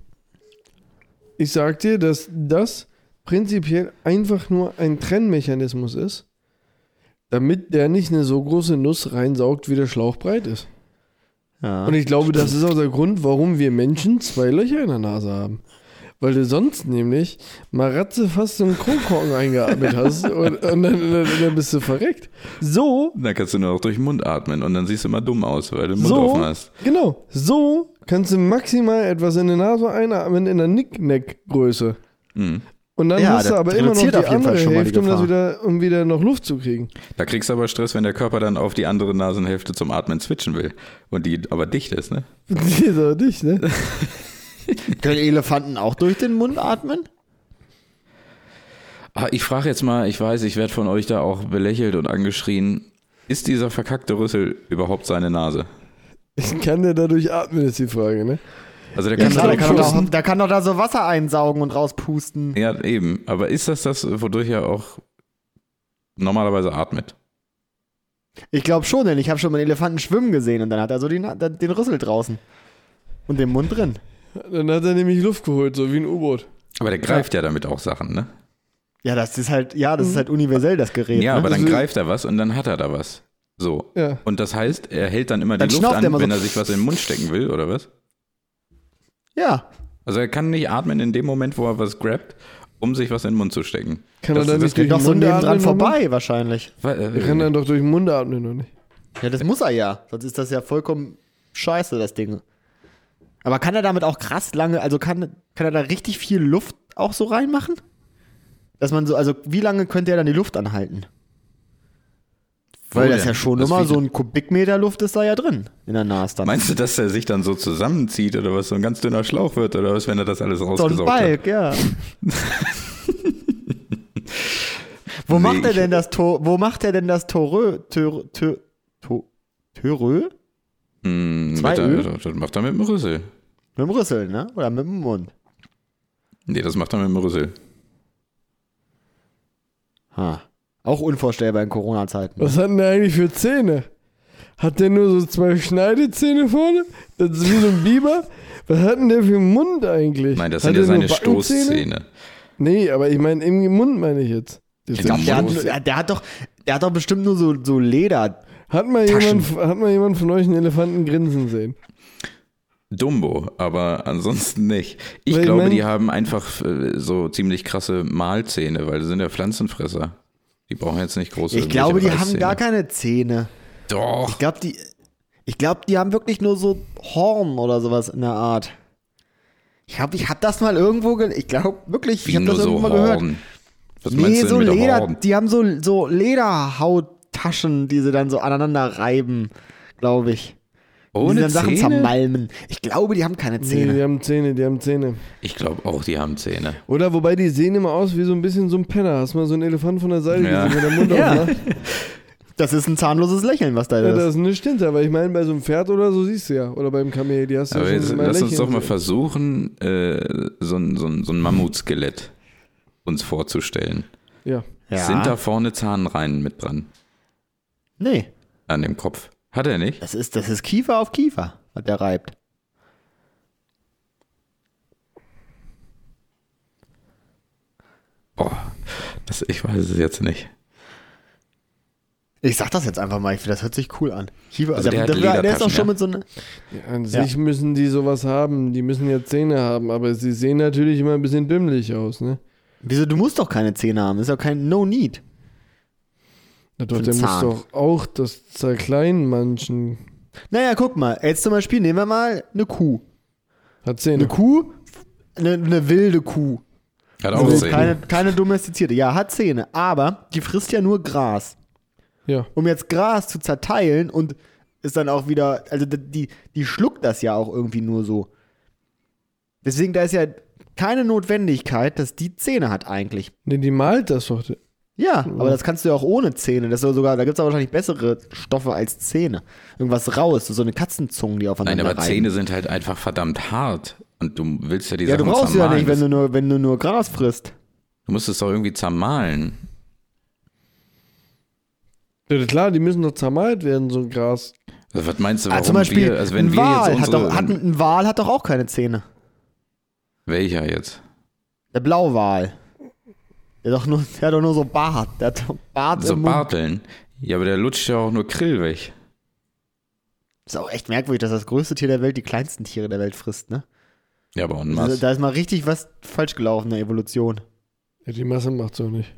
S2: Ich sag dir, dass das prinzipiell einfach nur ein Trennmechanismus ist, damit der nicht eine so große Nuss reinsaugt, wie der Schlauch breit ist.
S1: Ja.
S2: Und ich glaube, das ist auch der Grund, warum wir Menschen zwei Löcher in der Nase haben. weil du sonst nämlich Maratze fast so einen Kronkorken eingeatmet hast und, und dann, dann, dann bist du verreckt. So,
S3: Dann kannst du nur noch durch den Mund atmen und dann siehst du immer dumm aus, weil du den Mund
S2: so,
S3: offen hast.
S2: genau, so kannst du maximal etwas in die Nase einatmen in der Nicknack-Größe.
S3: Mhm.
S2: Und dann
S1: Ja,
S2: hast du
S1: das
S2: aber immer noch die
S1: reduziert auf jeden Fall
S2: andere
S1: schon mal die
S2: Hälfte, um, das
S1: Gefahr.
S2: wieder, um wieder noch Luft zu kriegen.
S3: Da kriegst du aber Stress, wenn der Körper dann auf die andere Nasenhälfte zum Atmen switchen will und die aber dicht ist, ne?
S2: Dieser dich, ne?
S1: Können Elefanten auch durch den Mund atmen?
S3: Ah, ich frage jetzt mal, ich weiß, ich werde von euch da auch belächelt und angeschrien. Ist dieser verkackte Rüssel überhaupt seine Nase?
S2: Ich kann der dadurch atmen, ist die Frage, ne?
S3: Also der
S1: Ja,
S3: kann
S1: klar, der
S3: da
S1: kann, doch,
S3: pusten.
S1: der kann doch da so Wasser einsaugen und rauspusten.
S3: Ja, eben. Aber ist das das, wodurch er auch normalerweise atmet?
S1: Ich glaube schon, denn ich habe schon mal einen Elefanten schwimmen gesehen und dann hat er so die, Na- da- den Rüssel draußen. Und den Mund drin.
S2: Dann hat er nämlich Luft geholt, so wie ein U-Boot.
S3: Aber der greift ja, damit auch Sachen, ne?
S1: Ja, das ist halt, ja, das ist halt universell, das Gerät.
S3: Ja,
S1: ne?
S3: aber dann
S2: Also-
S3: greift er was und dann hat er da was. So.
S2: Ja.
S3: Und das heißt, er hält dann immer
S1: Dann
S3: die Luft
S1: schnauft
S3: an,
S1: er immer so.
S3: wenn er sich was in den Mund stecken will, oder was?
S1: ja.
S3: Also er kann nicht atmen in dem Moment, wo er was grabt, um sich was in den Mund zu stecken.
S2: Kann
S3: Das-
S2: er dann
S3: das
S2: nicht
S3: geht
S2: durch
S1: doch
S2: den
S1: so
S2: Mund atmen?
S1: nebendran
S2: nochmal?
S1: vorbei wahrscheinlich.
S3: Wa- äh,
S2: Er kann dann doch durch den Mund atmen, oder nicht?
S1: Ja, das muss er ja. Sonst ist das ja vollkommen scheiße, das Ding. Aber kann er damit auch krass lange, also kann, kann er da richtig viel Luft auch so reinmachen? Dass man so, also wie lange könnte er dann die Luft anhalten? Weil
S3: Wo
S1: das
S3: denn?
S1: ja schon
S3: Das
S1: immer
S3: wie-
S1: so ein Kubikmeter Luft ist da ja drin in der Nase dann.
S3: Meinst du, dass er sich dann so zusammenzieht oder was, so ein ganz dünner Schlauch wird oder was, wenn er das alles
S1: so ein
S3: rausgesaugt hat?
S1: Balk, ja. wo
S3: Nee,
S1: macht er
S3: ich-
S1: denn das Tor, wo macht er denn das Torö, Tö, Tö, Tö, Törö?
S3: Hm,
S1: Zwei
S3: mit der,
S1: Öl?
S3: Das macht er mit dem Rüssel.
S1: Mit dem Rüssel, ne? Oder mit dem Mund.
S3: Nee, das macht er mit dem Rüssel.
S1: Ha. Auch unvorstellbar in Corona-Zeiten.
S2: Was hat denn der eigentlich für Zähne? Hat der nur so zwei Schneidezähne vorne? Das ist wie so ein Biber? Was hat denn der für einen Mund eigentlich?
S3: Nein, das
S2: hat
S3: sind ja
S2: der
S3: seine
S2: nur Backenzähne?
S3: Stoßzähne.
S2: Nee, aber ich meine, im Mund meine ich jetzt. Das
S3: Ich
S2: sind
S3: glaub,
S1: Der hat,
S2: Stoßzähne.
S1: der, der hat doch, der hat doch bestimmt nur so, so Leder.
S2: hat, mal jemand, hat mal jemand von euch einen Elefanten grinsen sehen?
S3: Dumbo, aber ansonsten nicht. Ich
S2: Weil ich
S3: glaube,
S2: mein-
S3: die haben einfach äh, so ziemlich krasse Mahlzähne, weil die sind ja Pflanzenfresser. Die brauchen jetzt nicht große.
S1: Ich glaube, die
S3: Reißzähne.
S1: haben gar keine Zähne.
S3: Doch.
S1: Ich glaube, die, ich glaub, die haben wirklich nur so Horn oder sowas in der Art. Ich glaube, ich habe das mal irgendwo, ge ich glaube wirklich, ich
S3: Wie
S1: habe
S3: nur
S1: das
S3: so
S1: irgendwo mal gehört.
S3: Horn. Was meinst du denn
S1: so
S3: mit
S1: Leder,
S3: Horn?
S1: die haben so, so Lederhauttaschen, die sie dann so aneinander reiben, glaube ich. die sie
S3: Ohne
S1: dann Sachen
S3: Zähne?
S1: zermalmen. Ich glaube, die haben keine
S2: Nee,
S1: Zähne.
S2: die haben Zähne, die haben Zähne.
S3: Ich glaube auch, die haben Zähne.
S2: Oder wobei die sehen immer aus wie so ein bisschen so ein Penner. Hast mal so einen Elefant von der Seite
S3: Ja.
S2: gesehen, wenn der Mund
S1: Ja.
S2: aufmacht?
S1: Das ist ein zahnloses Lächeln, was da
S2: Ja,
S1: ist.
S2: das ist nichts hinter, aber ich meine, bei so einem Pferd oder so siehst du ja. Oder beim Kamel, die hast du
S3: Aber
S2: ja
S3: jetzt,
S2: schon
S3: lass uns
S2: Lächeln
S3: doch mal
S2: gesehen.
S3: versuchen, äh, so ein, so ein, so ein Mammutskelett uns vorzustellen.
S2: Ja.
S1: ja.
S3: Sind da vorne Zahnreihen mit dran
S1: nee.
S3: an dem Kopf? Hat er nicht?
S1: Das ist, das ist Kiefer auf Kiefer, was der reibt.
S3: Boah, das, ich weiß es jetzt nicht.
S1: Ich sag das jetzt einfach mal, ich, das hört sich cool an. Kiefer,
S3: Also der hat
S1: ist doch
S3: Ledertaschen,
S1: schon
S3: ja?
S1: mit so ne-, einer.
S2: ja an
S1: Ja.
S2: sich Also müssen die sowas haben. Die müssen ja Zähne haben, aber sie sehen natürlich immer ein bisschen dümmlich aus, ne?
S1: Wieso, du musst doch keine Zähne haben, ist ja kein No Need.
S2: Na doch,
S1: Für
S2: der
S1: den
S2: muss
S1: Zahn.
S2: doch auch das zerkleinen manchen.
S1: Naja, guck mal, jetzt zum Beispiel nehmen wir mal eine Kuh.
S2: Hat
S1: Eine
S2: Zähne.
S1: Kuh, eine, eine wilde Kuh.
S3: Hat auch
S1: Also
S3: Zähne.
S1: keine, keine domestizierte. Ja, hat Zähne, aber die frisst ja nur Gras.
S2: Ja.
S1: Um jetzt Gras zu zerteilen und ist dann auch wieder, also d- die, die schluckt das ja auch irgendwie nur so. Deswegen, da ist ja keine Notwendigkeit, dass die Zähne hat eigentlich.
S2: Ne, die malt das doch.
S1: Ja, aber das kannst du ja auch ohne Zähne. Das ist ja sogar, da gibt es wahrscheinlich bessere Stoffe als Zähne. Irgendwas raus, so eine Katzenzunge, die
S3: Nein,
S1: aufeinander
S3: aber
S1: reiben.
S3: Zähne sind halt einfach verdammt hart. Und du willst ja die
S1: Ja, du
S3: Sachen
S1: brauchst sie ja
S3: zermahlen.
S1: nicht, wenn du, nur, wenn du nur Gras frisst.
S3: du musst es doch irgendwie zermahlen.
S2: Ja, klar, die müssen doch zermalt werden, so ein Gras.
S3: Also, was meinst du, warum
S1: Also zum Beispiel,
S3: wir, also wenn
S1: ein,
S3: wir
S1: Wal
S3: jetzt
S1: hat
S3: unsere,
S1: doch, hat, ein ein Wal hat doch auch keine Zähne.
S3: welcher jetzt?
S1: Der Blauwal. Der, hat doch nur, der hat doch nur so Bart. Der hat doch Bart
S3: So
S1: im Mund.
S3: Barteln. Ja, aber der lutscht ja auch nur Krill weg.
S1: Ist auch echt merkwürdig, dass das größte Tier der Welt die kleinsten Tiere der Welt frisst, ne?
S3: Ja, aber und
S1: Also,
S3: Mars.
S1: da ist mal richtig was falsch gelaufen in der Evolution.
S2: Ja, die Masse macht's auch nicht.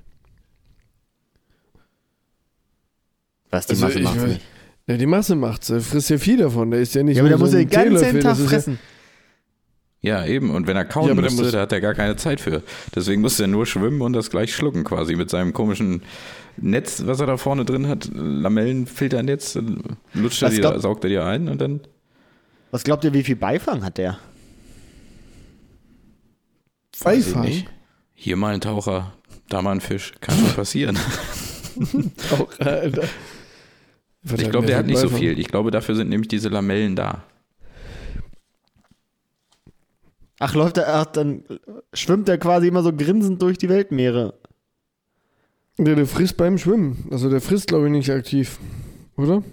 S1: Was die
S2: Also,
S1: Masse
S2: ich
S1: macht.
S2: weiß-
S1: nicht.
S2: Ja, die Masse macht's. Er frisst ja viel davon. Der ist ja nicht
S1: Ja, aber
S2: nur
S1: da muss
S2: so
S1: er
S2: ein
S1: den ganzen
S2: Teelöffel,
S1: Tag
S2: das ist ja-
S1: fressen.
S3: Ja, eben. Und wenn er kauen
S2: Ja, aber der
S3: müsste,
S2: muss-
S3: da hat er gar keine Zeit für. Deswegen muss er nur schwimmen und das gleich schlucken quasi mit seinem komischen Netz, was er da vorne drin hat. Lamellenfilternetz. Dann Lutscht
S2: Also
S3: er
S1: Was
S3: die,
S1: glaub-
S3: saugt er die ein und dann
S1: Was glaubt ihr, wie viel Beifang hat der?
S3: Weiß ich
S2: Beifang.
S3: nicht. Hier mal ein Taucher, da mal ein Fisch. Kann schon passieren.
S2: Auch, Alter.
S3: Ich glaube, der hat nicht so viel. Ich glaube, dafür sind nämlich diese Lamellen da.
S1: Ach, läuft er, ach, dann schwimmt er quasi immer so grinsend durch die Weltmeere.
S2: Der, der frisst beim Schwimmen. Also der frisst, glaube ich, nicht aktiv. Oder?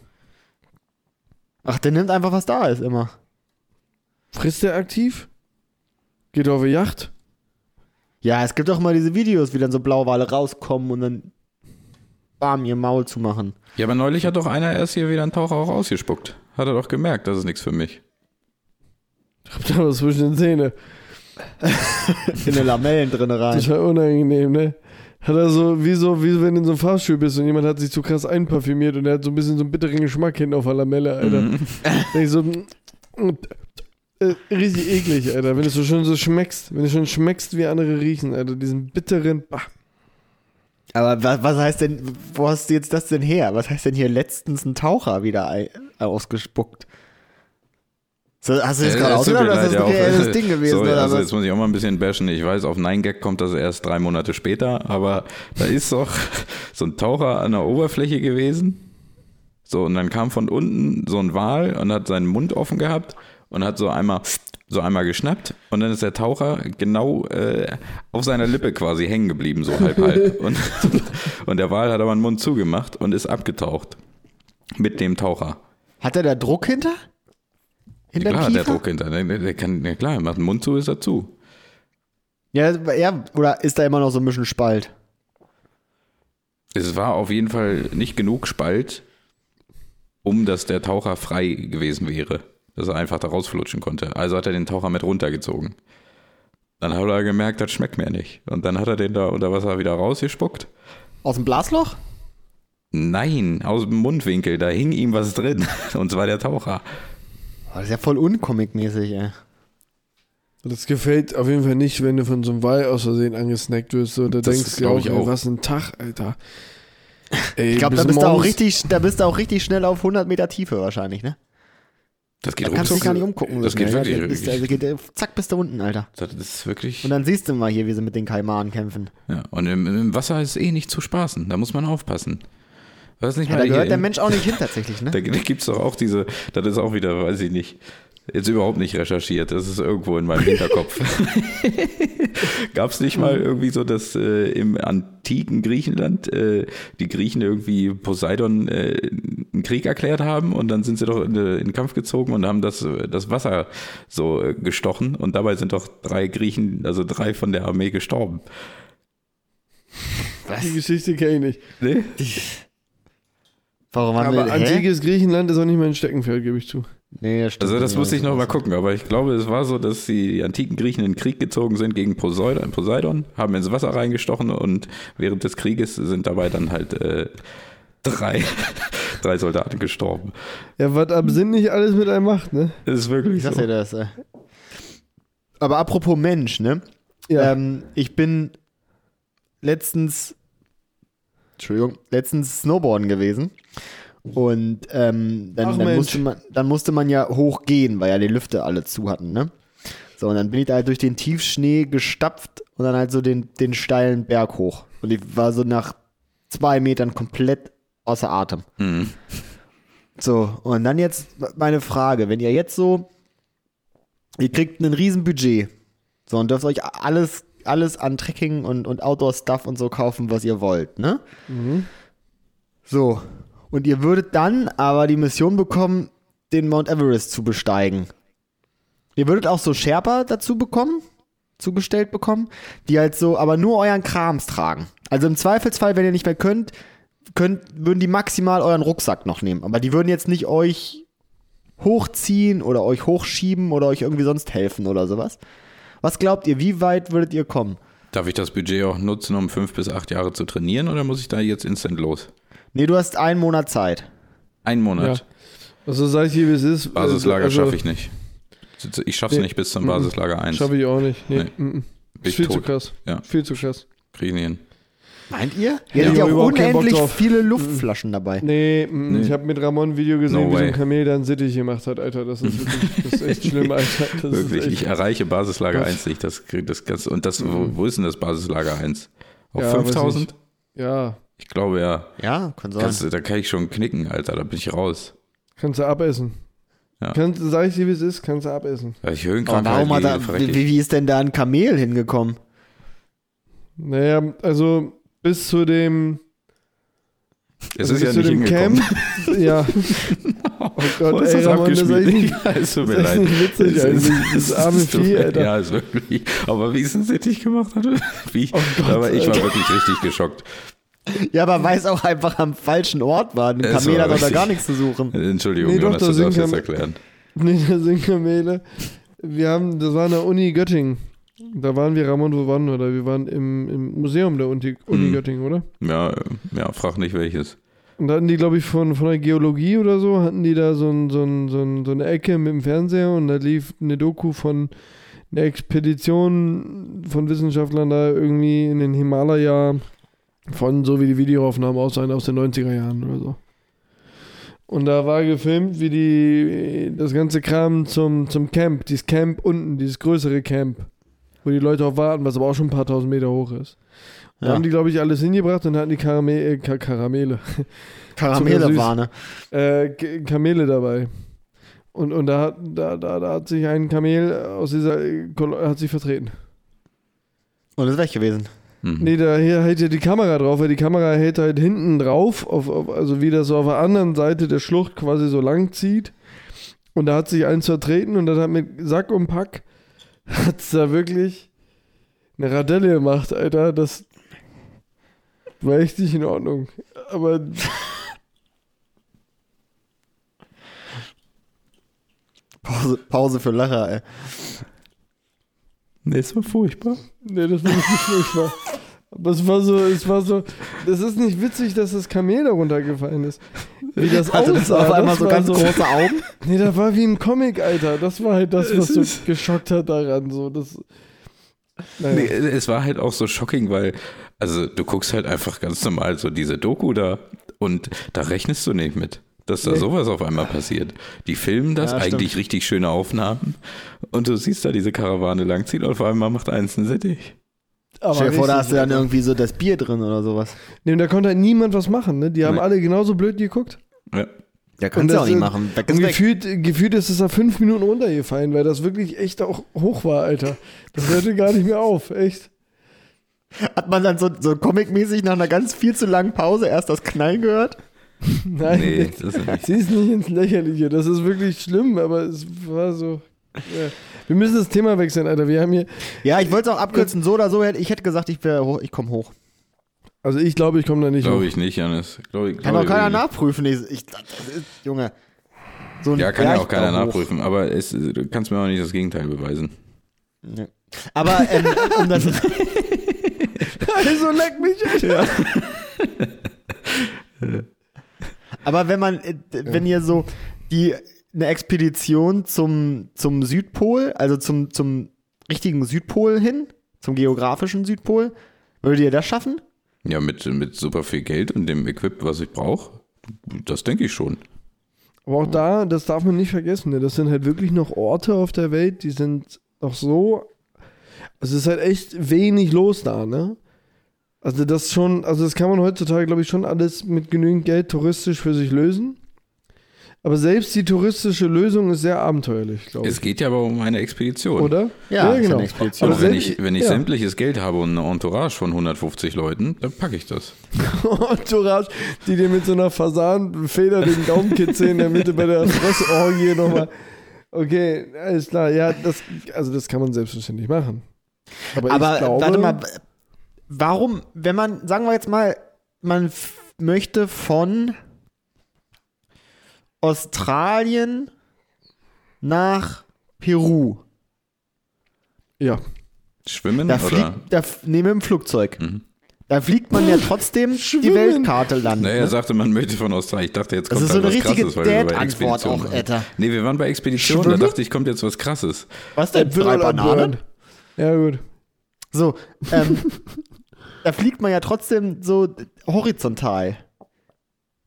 S1: Ach, der nimmt einfach, was da ist, immer.
S2: Frisst der aktiv? Geht auf eine Yacht?
S1: Ja, es gibt auch mal diese Videos, wie dann so Blauwale rauskommen und dann bam, ihr Maul zu machen.
S3: Ja, aber neulich hat doch einer erst hier wieder einen Taucher auch ausgespuckt. Hat er doch gemerkt, das ist nichts für mich.
S2: Habt ihr was zwischen den Zähne?
S1: In den Lamellen drinne rein.
S2: Das war unangenehm, ne? Hat er so, wie so, wie wenn du in so einem Fahrstuhl bist und jemand hat sich zu krass einparfümiert und er hat so ein bisschen so einen bitteren Geschmack hinten auf der Lamelle, Alter.
S3: Mhm.
S2: Denk ich so, mm, mm, äh, richtig eklig, Alter. Wenn du so schon so schmeckst, wenn du schon schmeckst, wie andere riechen, Alter. Diesen bitteren, bah,
S1: Aber was, was heißt denn, wo hast du jetzt das denn her? Was heißt denn hier letztens ein Taucher wieder ei- ausgespuckt? So, hast du das gerade
S3: Äh, es tut
S1: ausgedacht oder
S3: mir
S1: ist das
S3: leid,
S1: ein
S3: ja, auch-
S1: reelles Ding gewesen?
S3: Sorry,
S1: oder
S3: also
S1: was?
S3: jetzt muss ich auch mal ein bisschen bashen. Ich weiß, auf Nein Gag kommt das erst drei Monate später, aber da ist doch so ein Taucher an der Oberfläche gewesen. So, und dann kam von unten so ein Wal und hat seinen Mund offen gehabt und hat so einmal so einmal geschnappt und dann ist der Taucher genau äh, auf seiner Lippe quasi hängen geblieben, so halb halb. Und, und der Wal hat aber den Mund zugemacht und ist abgetaucht mit dem Taucher.
S1: Hat er da Druck hinter? Hinter
S3: Klar,
S1: dem
S3: der
S1: Kiefer?
S3: Druck hinter. Der, der kann, ja klar, er macht den Mund zu, ist er zu.
S1: Ja, ja, oder ist da immer noch so ein bisschen Spalt?
S3: Es war auf jeden Fall nicht genug Spalt, um dass der Taucher frei gewesen wäre, dass er einfach da rausflutschen konnte. Also hat er den Taucher mit runtergezogen. Dann hat er gemerkt, das schmeckt mir nicht. Und dann hat er den da unter Wasser wieder rausgespuckt.
S1: Aus dem Blasloch?
S3: Nein, aus dem Mundwinkel, da hing ihm was drin. Und zwar der Taucher.
S1: Boah, das ist ja voll uncomic-mäßig, ey.
S2: Das gefällt auf jeden Fall nicht, wenn du von so einem Wal aus Versehen angesnackt wirst. So, da
S3: Das
S2: denkst du ja
S3: glaub
S2: auch,
S3: ich
S2: ey,
S3: auch.
S2: was ein Tag, Alter. Ey,
S1: Ich glaube, da
S2: bis
S1: bist du auch
S2: morgens-
S1: richtig, da bist du auch richtig schnell auf 100 Meter Tiefe wahrscheinlich, ne?
S3: Das geht
S1: Da kannst du dich
S3: ruckzuck.
S1: gar nicht umgucken. so
S3: Das geht
S1: schnell, ja? also
S3: wirklich.
S1: Da bist du-
S3: wirklich.
S1: also geht, zack, bist du unten, Alter.
S3: Das ist wirklich.
S1: Und dann siehst du mal hier, wie sie mit den Kaimaren kämpfen.
S3: Ja. Und im, im Wasser ist eh nicht zu spaßen. Da muss man aufpassen. Weiß nicht
S1: Ja,
S3: mal,
S1: da
S3: hier
S1: gehört der
S3: im-
S1: Mensch auch nicht hin tatsächlich, ne?
S3: Da gibt es doch auch diese, das ist auch wieder, weiß ich nicht, jetzt überhaupt nicht recherchiert, das ist irgendwo in meinem Hinterkopf. Gab es nicht mal irgendwie so, dass äh, im antiken Griechenland äh, die Griechen irgendwie Poseidon äh, einen Krieg erklärt haben und dann sind sie doch in, äh, in den Kampf gezogen und haben das, äh, das Wasser so äh, gestochen und dabei sind doch drei Griechen, also drei von der Armee gestorben.
S2: Die Geschichte kenne ich nicht.
S3: Ne?
S1: Warum haben
S2: Aber
S1: wir hä?
S2: antikes Griechenland ist auch nicht mein Steckenpferd, gebe ich zu.
S1: Nee, das stimmt.
S3: Also das
S1: nicht,
S3: muss ich
S1: das
S3: noch mal
S1: ist-
S3: gucken, aber ich glaube, es war so, dass die antiken Griechen in den Krieg gezogen sind gegen Poseidon, Poseidon haben ins Wasser reingestochen und während des Krieges sind dabei dann halt äh, drei, drei Soldaten gestorben.
S2: Ja, was Absinth nicht alles mit einem macht, ne?
S3: Das ist wirklich
S1: Ich sag
S3: so.
S1: dir das. Äh. Aber apropos Mensch, ne?
S2: Ja.
S1: Ähm, ich bin letztens, Entschuldigung, letztens Snowboarden gewesen. Und ähm,
S2: Ach,
S1: dann, dann,
S2: Mensch.
S1: musste man, dann musste man ja hochgehen, weil ja die Lüfte alle zu hatten, ne? So, und dann bin ich da halt durch den Tiefschnee gestapft und dann halt so den, den steilen Berg hoch. Und ich war so nach zwei Metern komplett außer Atem.
S3: Mhm.
S1: So, und dann jetzt meine Frage, wenn ihr jetzt so, ihr kriegt ein riesen Budget, so und dürft euch alles, alles an Trekking und, und Outdoor-Stuff und so kaufen, was ihr wollt, ne? So, und ihr würdet dann aber die Mission bekommen, den Mount Everest zu besteigen. Ihr würdet auch so Sherpa dazu bekommen, zugestellt bekommen, die halt so, aber nur euren Krams tragen. Also im Zweifelsfall, wenn ihr nicht mehr könnt, könnt, würden die maximal euren Rucksack noch nehmen. Aber die würden jetzt nicht euch hochziehen oder euch hochschieben oder euch irgendwie sonst helfen oder sowas. Was glaubt ihr, wie weit würdet ihr kommen?
S3: Darf ich das Budget auch nutzen, um fünf bis acht Jahre zu trainieren oder muss ich da jetzt instant los?
S1: Nee, du hast einen Monat Zeit.
S3: Ein
S2: Ja.
S3: Monat.
S2: Also sag ich dir, wie es ist.
S3: Basislager
S2: also,
S3: schaffe ich nicht. Ich schaff's
S2: Nee. Mhm.
S3: nicht bis zum Basislager 1.
S2: Schaffe ich auch nicht. Nee.
S3: Nee.
S2: mhm.
S3: Bin
S2: Ist
S3: ich
S2: viel zu
S3: tot.
S2: krass.
S3: Ja.
S2: Viel zu krass.
S3: Krieg ich nicht hin.
S1: Meint ihr?
S2: Ja.
S1: Ihr habt
S2: Ich
S1: ja
S2: hab
S1: auch
S2: überhaupt keinen Bock
S1: unendlich
S2: drauf.
S1: viele Luftflaschen dabei.
S2: Nee, mm,
S3: Nee.
S2: ich habe mit Ramon ein Video gesehen,
S3: No
S2: wie so ein
S3: way.
S2: Kamel dann Sittich gemacht hat, Alter. Das ist wirklich das ist echt schlimm, Alter. Das
S3: Wirklich,
S2: ist
S3: ich
S2: echt,
S3: erreiche Basislager
S2: Das-
S3: 1 nicht. Das, krieg- das kannst, und das, wo, wo ist denn das Basislager 1? Auf
S2: Ja, weiß
S3: 5000?
S2: ja,
S3: Ich glaube ja.
S1: Ja, kann sein.
S3: Kannst, da kann ich schon knicken, Alter. Da bin ich raus.
S2: kannst du abessen.
S3: Ja.
S2: Kannst, sag ich dir, wie es ist, kannst du abessen.
S3: Weil ich
S2: Oh,
S1: Aber
S3: Höhenkrankheit
S1: warum hat
S3: liege,
S1: da,
S3: verreck
S1: wie,
S3: ich.
S1: wie ist denn da ein Kamel hingekommen?
S2: Naja, also bis zu dem,
S3: Es
S2: also
S3: ist ja
S2: bis zu
S3: nicht
S2: dem
S3: hingekommen.
S2: Camp. ja. Oh Gott,
S3: Wo ist
S2: ey,
S3: das
S2: Ramon, das ist echt
S3: abgespielt? Ja, es tut mir
S2: das ist
S3: leid.
S2: echt nicht witzig,
S3: Es
S2: also,
S3: ist-
S2: dieses
S3: es
S2: arme
S3: ist- tut
S2: Vieh,
S3: mir-
S2: Alter.
S3: Ja, ist wirklich. Aber wie es ein Sittich gemacht hat. Wie?
S2: Oh Gott,
S3: aber ich war
S2: Alter.
S3: wirklich richtig geschockt.
S1: Ja, aber weil es auch einfach am falschen Ort war. Ein
S3: Es war
S1: Kamel hat doch da
S3: richtig.
S1: gar nichts zu suchen.
S3: Entschuldigung,
S2: Nee, doch,
S3: Jonas,
S2: da
S3: du darfst
S2: sind
S3: das
S2: wir-
S3: erklären.
S2: Nee, das sind Kamele. Wir haben, das war an der Uni Göttingen. Da waren wir, Ramon, wo waren wir da? Wir waren im, im Museum der Uni, Uni
S3: Mhm.
S2: Göttingen, oder?
S3: Ja, äh, ja, frag nicht welches.
S2: Und da hatten die, glaube ich, von, von der Geologie oder so, hatten die da so, ein, so, ein, so, ein, so eine Ecke mit dem Fernseher und da lief eine Doku von einer Expedition von Wissenschaftlern da irgendwie in den Himalaya von so wie die Videoaufnahmen aussahen aus den 90er Jahren oder so. Und da war gefilmt, wie die das ganze Kram zum, zum Camp, dieses Camp unten, dieses größere Camp, wo die Leute auch warten, was aber auch schon ein paar tausend Meter hoch ist. Da
S1: Ja.
S2: haben die, glaube ich, alles hingebracht und hatten die Karame äh, Ka Karamele
S1: Karamele
S2: Zuckersüß.
S1: waren. ne?
S2: äh, K- Kamele dabei. Und, und da, hat- da, da, da hat sich ein Kamel aus dieser äh, Kol hat sich vertreten.
S1: Und ist weg gewesen.
S3: Mhm.
S2: Nee, da hier hält ja die Kamera drauf, weil die Kamera hält halt hinten drauf, auf, auf, also wie das so auf der anderen Seite der Schlucht quasi so lang zieht. Und da hat sich eins vertreten und dann hat mit Sack und Pack hat's da wirklich eine Radelle gemacht, Alter. Das war echt nicht in Ordnung. Aber
S1: Pause, Pause für Lacher, ey.
S3: Nee, es war furchtbar.
S2: Nee, das war nicht furchtbar. Aber es war so, es war so, das ist nicht witzig, dass das Kamel da runtergefallen ist. Wie das
S1: Hatte das
S2: aussah,
S1: auf einmal so
S2: war
S1: ganz große Augen?
S2: Nee, das war wie ein Comic, Alter. Das war halt das,
S3: Es
S2: was so
S3: ist-
S2: geschockt hat daran. So, das, naja.
S3: Nee, es war halt auch so shocking, weil, also du guckst halt einfach ganz normal so diese Doku da und da rechnest du nicht mit, dass da
S2: Nee.
S3: sowas auf einmal passiert. Die filmen das,
S1: Ja, stimmt.
S3: eigentlich richtig schöne Aufnahmen und du siehst da diese Karawane langziehen und auf einmal macht eins einen Sittich.
S2: aber
S1: Stell dir vor, da hast
S2: richtig,
S1: du dann
S2: Alter.
S1: irgendwie so das Bier drin oder sowas.
S2: Nee, und da konnte halt niemand was machen, ne? Die haben
S3: Nee.
S2: alle genauso blöd geguckt.
S3: Ja.
S1: Ja,
S2: Und
S1: kannst du
S2: das
S1: auch nicht
S2: sind-
S1: machen. Weg
S2: Und
S1: ist weg.
S2: gefühlt, gefühlt ist es da fünf Minuten runtergefallen, weil das wirklich echt auch hoch war, Alter. Das hörte gar nicht mehr auf, echt.
S1: Hat man dann so, so comic-mäßig nach einer ganz viel zu langen Pause erst das Knall gehört?
S2: Nein,
S3: Nee, das ist nicht.
S2: Sie ist nicht ins Lächerliche, das ist wirklich schlimm, aber es war so. Ja. Wir müssen das Thema wechseln, Alter. Wir haben hier.
S1: Ja, ich wollte es auch abkürzen. So oder so, hätte- ich hätte gesagt, ich, wär hoch, ich komme hoch.
S2: Also ich glaube, ich komme da nicht
S3: Glaube
S2: hoch.
S3: ich nicht, Janis. Glaube
S1: Kann
S3: glaub
S1: auch keiner
S3: ich nicht.
S1: nachprüfen. Ich, ich, das ist, Junge. So ein
S3: Ja, kann ja, auch
S1: Berg
S3: keiner
S1: da hoch.
S3: nachprüfen, aber es, du kannst mir auch nicht das Gegenteil beweisen.
S1: Nee. Aber ähm, um das,
S2: Also leck mich, Alter.
S1: aber wenn man, äh, wenn ihr so die eine Expedition zum, zum Südpol, also zum, zum richtigen Südpol hin, zum geografischen Südpol, würdet ihr das schaffen?
S3: Ja, mit, mit super viel Geld und dem Equip, was ich brauche, das denke ich schon.
S2: Aber auch da, das darf man nicht vergessen. Ne? Das sind halt wirklich noch Orte auf der Welt, die sind noch so. Also es ist halt echt wenig los da, ne? Also das schon, also das kann man heutzutage, glaube ich, schon alles mit genügend Geld touristisch für sich lösen. Aber selbst die touristische Lösung ist sehr abenteuerlich,
S1: Oh.
S2: glaube ich.
S3: Es geht ja aber um eine Expedition.
S2: Oder? genau.
S1: Ja, ist eine Expedition.
S3: Aber
S2: Aber
S3: wenn
S2: selbst-
S3: ich, wenn ich
S2: ja.
S3: sämtliches Geld habe und eine Entourage von 150 Leuten, dann packe ich das.
S2: Entourage, die dir mit so einer Fasanenfeder den Daumen kitzeln in der Mitte bei der Fressorgie nochmal. Okay, alles klar. Ja, das, also das kann man selbstverständlich machen. Aber,
S1: Aber
S2: ich glaube,
S1: warte mal, warum, wenn man, sagen wir jetzt mal, man f- möchte von Australien nach Peru.
S2: Ja.
S3: Schwimmen
S1: Da
S3: oder? Mhm.
S1: fliegt, da, f- nee, mit dem Flugzeug. Da fliegt man ja trotzdem die
S2: Schwimmen.
S1: Weltkarte landen.
S3: Naja, er sagte, man möchte von Australien. Ich dachte, jetzt
S1: ne? Das ist
S3: kommt halt
S1: so eine
S3: was
S1: richtige
S3: Krasses, weil wir bei
S1: Dad-Antwort
S3: Expedition
S1: auch,
S3: waren.
S1: Alter.
S3: Nee, wir waren bei Expedition, da
S1: Schwimmen?
S3: dachte ich, kommt jetzt was Krasses.
S1: Was denn? Äh, Drei Bananen?
S2: Ja, gut.
S1: So, ähm, da fliegt man ja trotzdem so horizontal.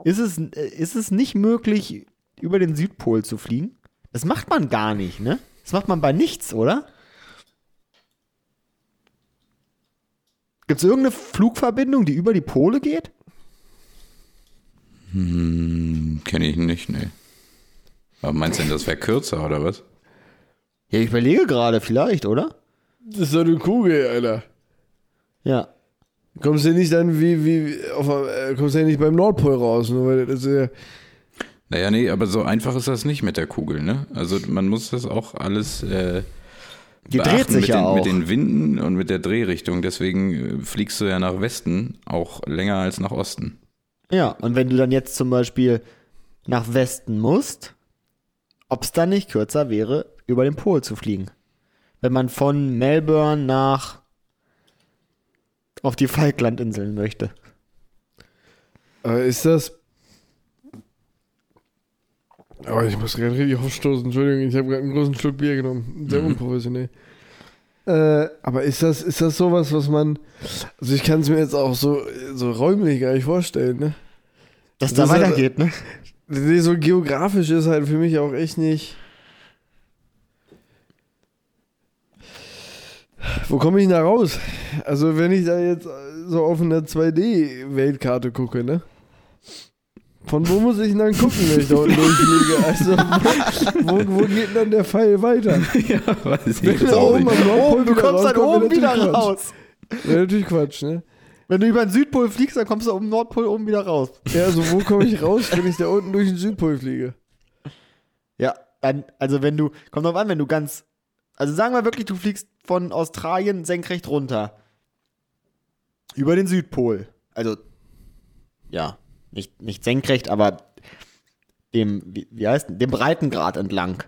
S1: Ist es, äh, ist es nicht möglich, über den Südpol zu fliegen? Das macht man gar nicht, ne? Das macht man bei nichts, oder? Gibt es irgendeine Flugverbindung, die über die Pole geht?
S3: Hm, kenne ich nicht, nee. Aber meinst du denn, das wäre kürzer oder was?
S1: Ja, ich überlege gerade, vielleicht, oder?
S2: Das ist doch eine Kugel, Alter.
S1: Ja.
S2: Kommst du nicht dann wie, wie, auf, äh, kommst du ja nicht beim Nordpol raus, nur weil das ist ja,
S3: Naja, nee, aber so einfach ist das nicht mit der Kugel, ne? Also man muss das auch alles äh,
S1: Die
S3: beachten
S1: dreht sich
S3: mit,
S1: ja
S3: den,
S1: auch.
S3: mit den Winden und mit der Drehrichtung. Deswegen äh, fliegst du ja nach Westen auch länger als nach Osten.
S1: Ja, und wenn du dann jetzt zum Beispiel nach Westen musst, ob es dann nicht kürzer wäre, über den Pol zu fliegen. Wenn man von Melbourne nach auf die Falklandinseln möchte.
S2: aber Äh, ist das. Aber Oh, ich muss gerade richtig aufstoßen, Entschuldigung, ich habe gerade einen großen Schluck Bier genommen. Sehr unprofessionell. Mhm. Äh, aber ist das, ist das sowas, was man. Also ich kann es mir jetzt auch so, so räumlich gar nicht vorstellen, ne?
S1: Dass
S2: Das
S1: da
S2: ist aber-
S1: weitergeht, ne?
S2: Nee, so geografisch ist halt für mich auch echt nicht. Wo komme ich denn da raus? Also, wenn ich da jetzt äh, so auf einer 2D-Weltkarte gucke, ne? Von wo muss ich denn dann gucken, wenn ich da unten durchfliege? Also, wo, wo, wo geht denn dann der Pfeil weiter?
S3: ja, weiß ich
S2: Wenn
S3: jetzt
S2: du
S3: auch
S2: oben
S3: nicht.
S2: am Nordpol
S1: Oben, du
S2: wieder
S1: kommst dann
S2: rauskommt,
S1: oben
S2: wäre
S1: wieder
S2: natürlich Quatsch.
S1: raus.
S2: Wäre natürlich Quatsch, ne?
S1: Wenn du über den Südpol fliegst, dann kommst du oben Nordpol oben wieder raus.
S2: Ja, also, wo komme ich raus, wenn ich da unten durch den Südpol fliege?
S1: Ja, dann, also wenn du, kommt drauf an, wenn du ganz, also sagen wir wirklich, du fliegst von Australien senkrecht runter. Über den Südpol. Also, ja, nicht, nicht senkrecht, aber dem, wie, wie heißt denn, dem Breitengrad entlang.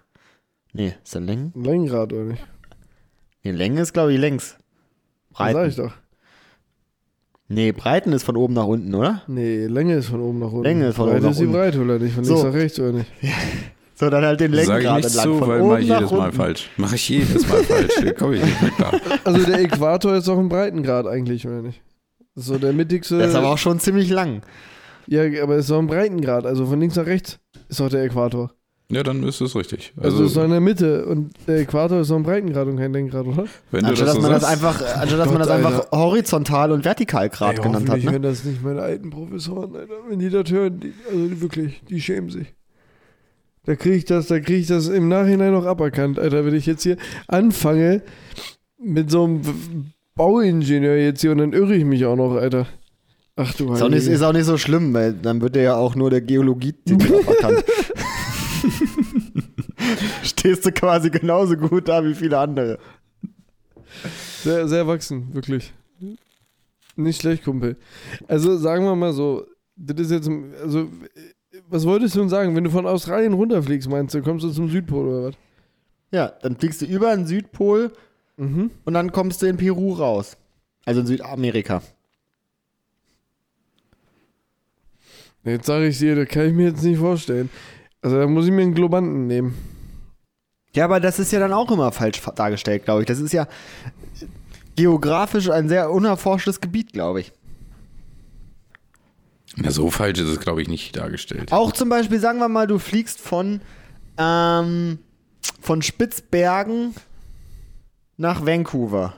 S1: Nee, ist der Längen?
S2: Ein Längenrad, oder nicht?
S1: Nee, Länge ist, glaube ich, längs.
S2: Das sag ich
S1: Breiten.
S2: doch.
S1: Nee, Breiten ist von oben nach unten, oder?
S2: Nee, Länge ist von oben nach unten.
S1: Länge ist von
S2: Breite
S1: oben nach
S2: ist die
S1: unten.
S2: Breite, oder nicht? Von
S1: So.
S2: links nach rechts, oder nicht?
S1: So, dann halt den
S3: Sag ich
S1: Längengrad
S3: nichts
S1: entlang.
S3: zu,
S1: von
S3: weil
S1: oben
S3: mache ich
S1: nach
S3: jedes Mal
S1: unten.
S3: falsch. Mache ich jedes Mal falsch. Da komme ich nicht mehr klar.
S2: Also der Äquator ist auch im Breitengrad eigentlich, oder nicht? So der mittigste.
S1: Das ist aber auch schon ziemlich lang.
S2: ja, aber ist auch im Breitengrad. Also von links nach rechts ist auch der Äquator.
S3: Ja, dann ist es richtig.
S2: Also,
S3: Also,
S2: ist doch in der Mitte. Und der Äquator ist auch im Breitengrad und kein Lenkrad, oder?
S3: wenn du
S1: Anstatt
S3: das
S1: Also, dass
S3: so
S1: man das
S3: sagst,
S1: einfach, anstatt dass man das
S2: Gott,
S1: einfach horizontal und vertikal gerade
S2: Ey,
S1: genannt hat.
S2: hoffentlich
S1: Ne?
S2: hören das nicht meine alten Professoren, Alter. Wenn die das hören, die, also die wirklich, die schämen sich. Da kriege ich das, da kriege ich das im Nachhinein noch aberkannt, Alter. Wenn ich jetzt hier anfange mit so einem Bauingenieur jetzt hier und dann irre ich mich auch noch, Alter. Ach du
S1: Ist auch, nicht, ist
S2: Heilige.
S1: auch nicht so schlimm, weil dann wird dir ja auch nur der Geologie-Titel aberkannt. Stehst du quasi genauso gut da wie viele andere.
S2: Sehr, sehr erwachsen, wirklich. Nicht schlecht, Kumpel. Also sagen wir mal so, das ist jetzt, also was wolltest du denn sagen? Wenn du von Australien runterfliegst, meinst du, kommst du zum Südpol oder was?
S1: Ja, dann fliegst du über den Südpol
S2: Mhm.
S1: und dann kommst du in Peru raus. Also in Südamerika.
S2: Jetzt sage ich dir, das kann ich mir jetzt nicht vorstellen. Also da muss ich mir einen Globanten nehmen.
S1: Ja, aber das ist ja dann auch immer falsch fa- dargestellt, glaube ich. Das ist ja äh, geografisch ein sehr unerforschtes Gebiet, glaube ich.
S3: na, so falsch ist es, glaube ich, nicht dargestellt.
S1: Auch zum Beispiel, sagen wir mal, du fliegst von, ähm, von Spitzbergen nach Vancouver.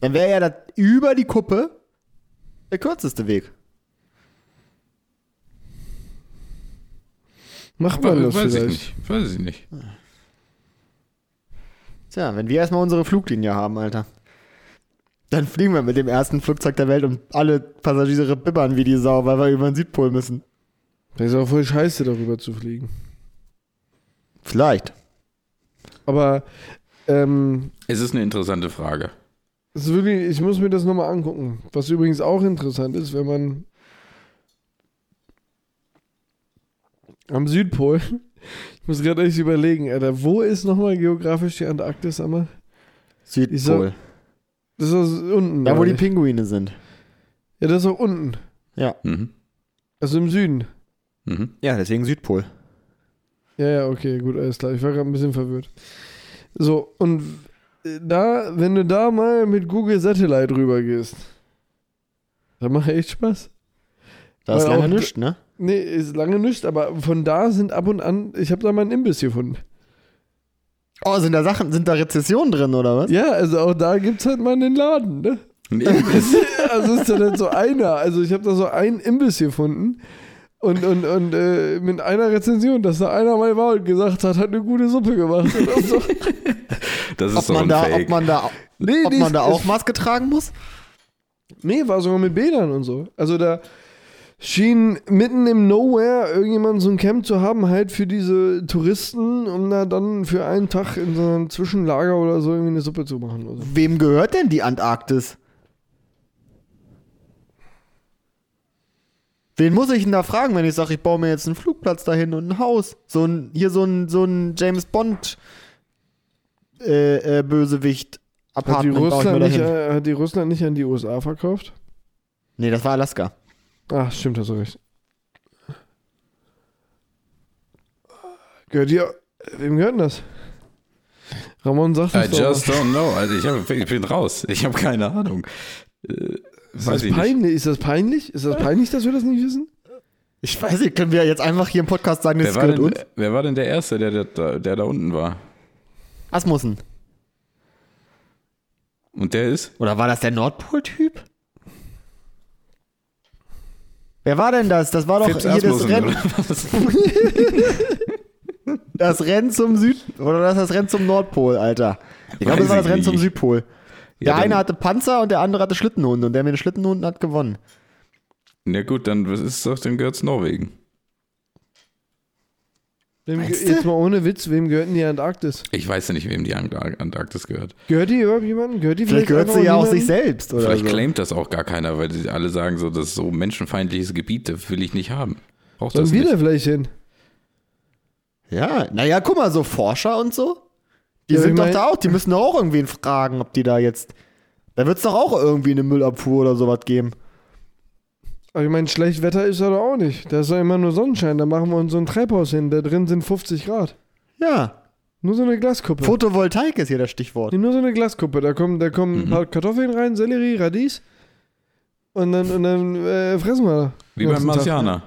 S1: Dann wäre ja das über die Kuppe der kürzeste Weg.
S2: Macht man das
S3: weiß ich
S2: vielleicht?
S3: nicht. Weiß ich nicht.
S1: Tja, wenn wir erstmal unsere Fluglinie haben, Alter. Dann fliegen wir mit dem ersten Flugzeug der Welt und alle Passagiere bibbern wie die Sau, weil wir über den Südpol müssen.
S2: Das ist auch voll scheiße, darüber zu fliegen.
S1: Vielleicht.
S2: Aber ähm,
S3: Es ist eine interessante Frage.
S2: es ist wirklich, ich muss mir das nochmal angucken. Was übrigens auch interessant ist, wenn man am Südpol Ich muss gerade echt überlegen, Alter. Wo ist nochmal geografisch die Antarktis, einmal? Ich sag-
S1: Südpol.
S2: Das ist aus- unten.
S1: Da, wo
S2: oder
S1: die
S2: nicht?
S1: Pinguine sind.
S2: Ja, das ist auch unten.
S3: Mhm.
S2: Also im Süden.
S3: Mhm.
S1: Ja, deswegen Südpol.
S2: Ja, ja, okay, gut, alles klar. Ich war gerade ein bisschen verwirrt. So, und äh, da, wenn du da mal mit Google Satellite rübergehst, da macht echt Spaß.
S1: Da ist
S2: Weil auch-
S1: lange nichts, ne?
S2: Nee, ist lange nicht, aber von da sind ab und an, ich habe da mal einen Imbiss gefunden.
S1: Oh, sind da Sachen, sind da Rezessionen drin oder was?
S2: Ja, also auch da gibt's halt mal einen Laden, ne?
S3: Ein Imbiss.
S2: Also ist da halt so einer. Also ich habe da so einen Imbiss gefunden. Und, und, und äh, mit einer Rezension, dass da einer mal war und gesagt hat, hat eine gute Suppe gemacht. Oder so.
S3: Das
S1: Ob
S3: ist doch
S1: man,
S3: ein
S1: da,
S3: Fake.
S1: ob man da,
S2: Nee,
S1: ob
S2: die
S1: man
S2: ist-
S1: da auch
S2: ist-
S1: Maske tragen muss?
S2: Nee, war sogar mit Bädern und so. Also da schien mitten im Nowhere irgendjemand so ein Camp zu haben, halt für diese Touristen, um da dann für einen Tag in so einem Zwischenlager oder so irgendwie eine Suppe zu machen. Oder so.
S1: Wem gehört denn die Antarktis? Wen muss ich denn da fragen, wenn ich sage, ich baue mir jetzt einen Flugplatz dahin und ein Haus? So ein, hier so ein, so ein James Bond äh, äh, Bösewicht
S2: Hat, die
S1: Apartment baue ich mir
S2: Russland nicht,
S1: dahin.
S2: äh, hat die Russland nicht an die USA verkauft?
S1: nee, das war Alaska.
S2: Ach, stimmt, hast du recht. Gehört ihr. Wem gehört denn das? Ramon sagt
S3: I
S2: es doch.
S3: just don't know. Also ich, hab, ich bin raus. Ich habe keine Ahnung. Äh,
S2: ist, das
S3: weiß ich nicht.
S2: peinlich? ist das peinlich? Ist das peinlich, dass wir das nicht wissen?
S1: Ich weiß nicht, können wir jetzt einfach hier im Podcast sagen, das
S3: Wer war,
S1: gehört uns?
S3: denn, wer war denn der Erste, der, der, da- der da unten war? äh?
S1: Asmussen.
S3: Und der ist?
S1: Oder war das der Nordpol-Typ? Wer war denn das? Das war doch
S3: Fips
S1: hier das
S3: Asmussen,
S1: Rennen.
S3: oder was?
S1: Das Rennen zum Süd oder das, ist das Rennen zum Nordpol, Alter. Ich glaube, das
S3: Weiß
S1: war das
S3: ich
S1: Rennen zum
S3: nicht.
S1: Südpol. Der
S3: Ja, dann-
S1: eine hatte Panzer und der andere hatte Schlittenhunde und der mit den Schlittenhunden hat gewonnen.
S3: Na gut, dann was ist doch, dann gehört's Norwegen.
S2: Wem, ge-
S1: Meinst du?
S2: jetzt mal ohne Witz, wem gehört denn die Antarktis?
S3: Ich weiß ja nicht, wem die Antar- Antarktis gehört.
S2: Gehört die überhaupt jemandem? Gehört die
S1: Vielleicht
S2: vielleicht,
S1: gehört sie ja
S2: einfach
S1: auch
S2: jemandem?
S1: sich selbst oder
S3: Vielleicht
S1: so.
S3: claimt das auch gar keiner, weil die alle sagen so, das ist so menschenfeindliches Gebiet, das will ich nicht haben. Braucht das
S2: Sollen wir
S3: nicht.
S2: da vielleicht hin?
S1: Ja, naja, guck mal, so Forscher und so, die
S2: Ja, ich
S1: sind doch
S2: mein-
S1: da auch, die müssen doch auch irgendwen fragen, ob die da jetzt. Da wird es doch auch irgendwie eine Müllabfuhr oder sowas geben.
S2: Aber ich meine, schlecht Wetter ist ja doch auch nicht. Da ist ja immer nur Sonnenschein. Da machen wir uns so ein Treibhaus hin. Da drin sind 50 Grad.
S1: Ja.
S2: Nur so eine Glaskuppe.
S1: Photovoltaik ist hier das Stichwort.
S2: Nee, nur so eine Glaskuppe. Da kommen, da kommen ein paar Kartoffeln rein, Sellerie, Radies. Und dann, und dann äh, fressen wir. da.
S3: Wie beim
S2: Nächsten Tag.
S3: Marsianer.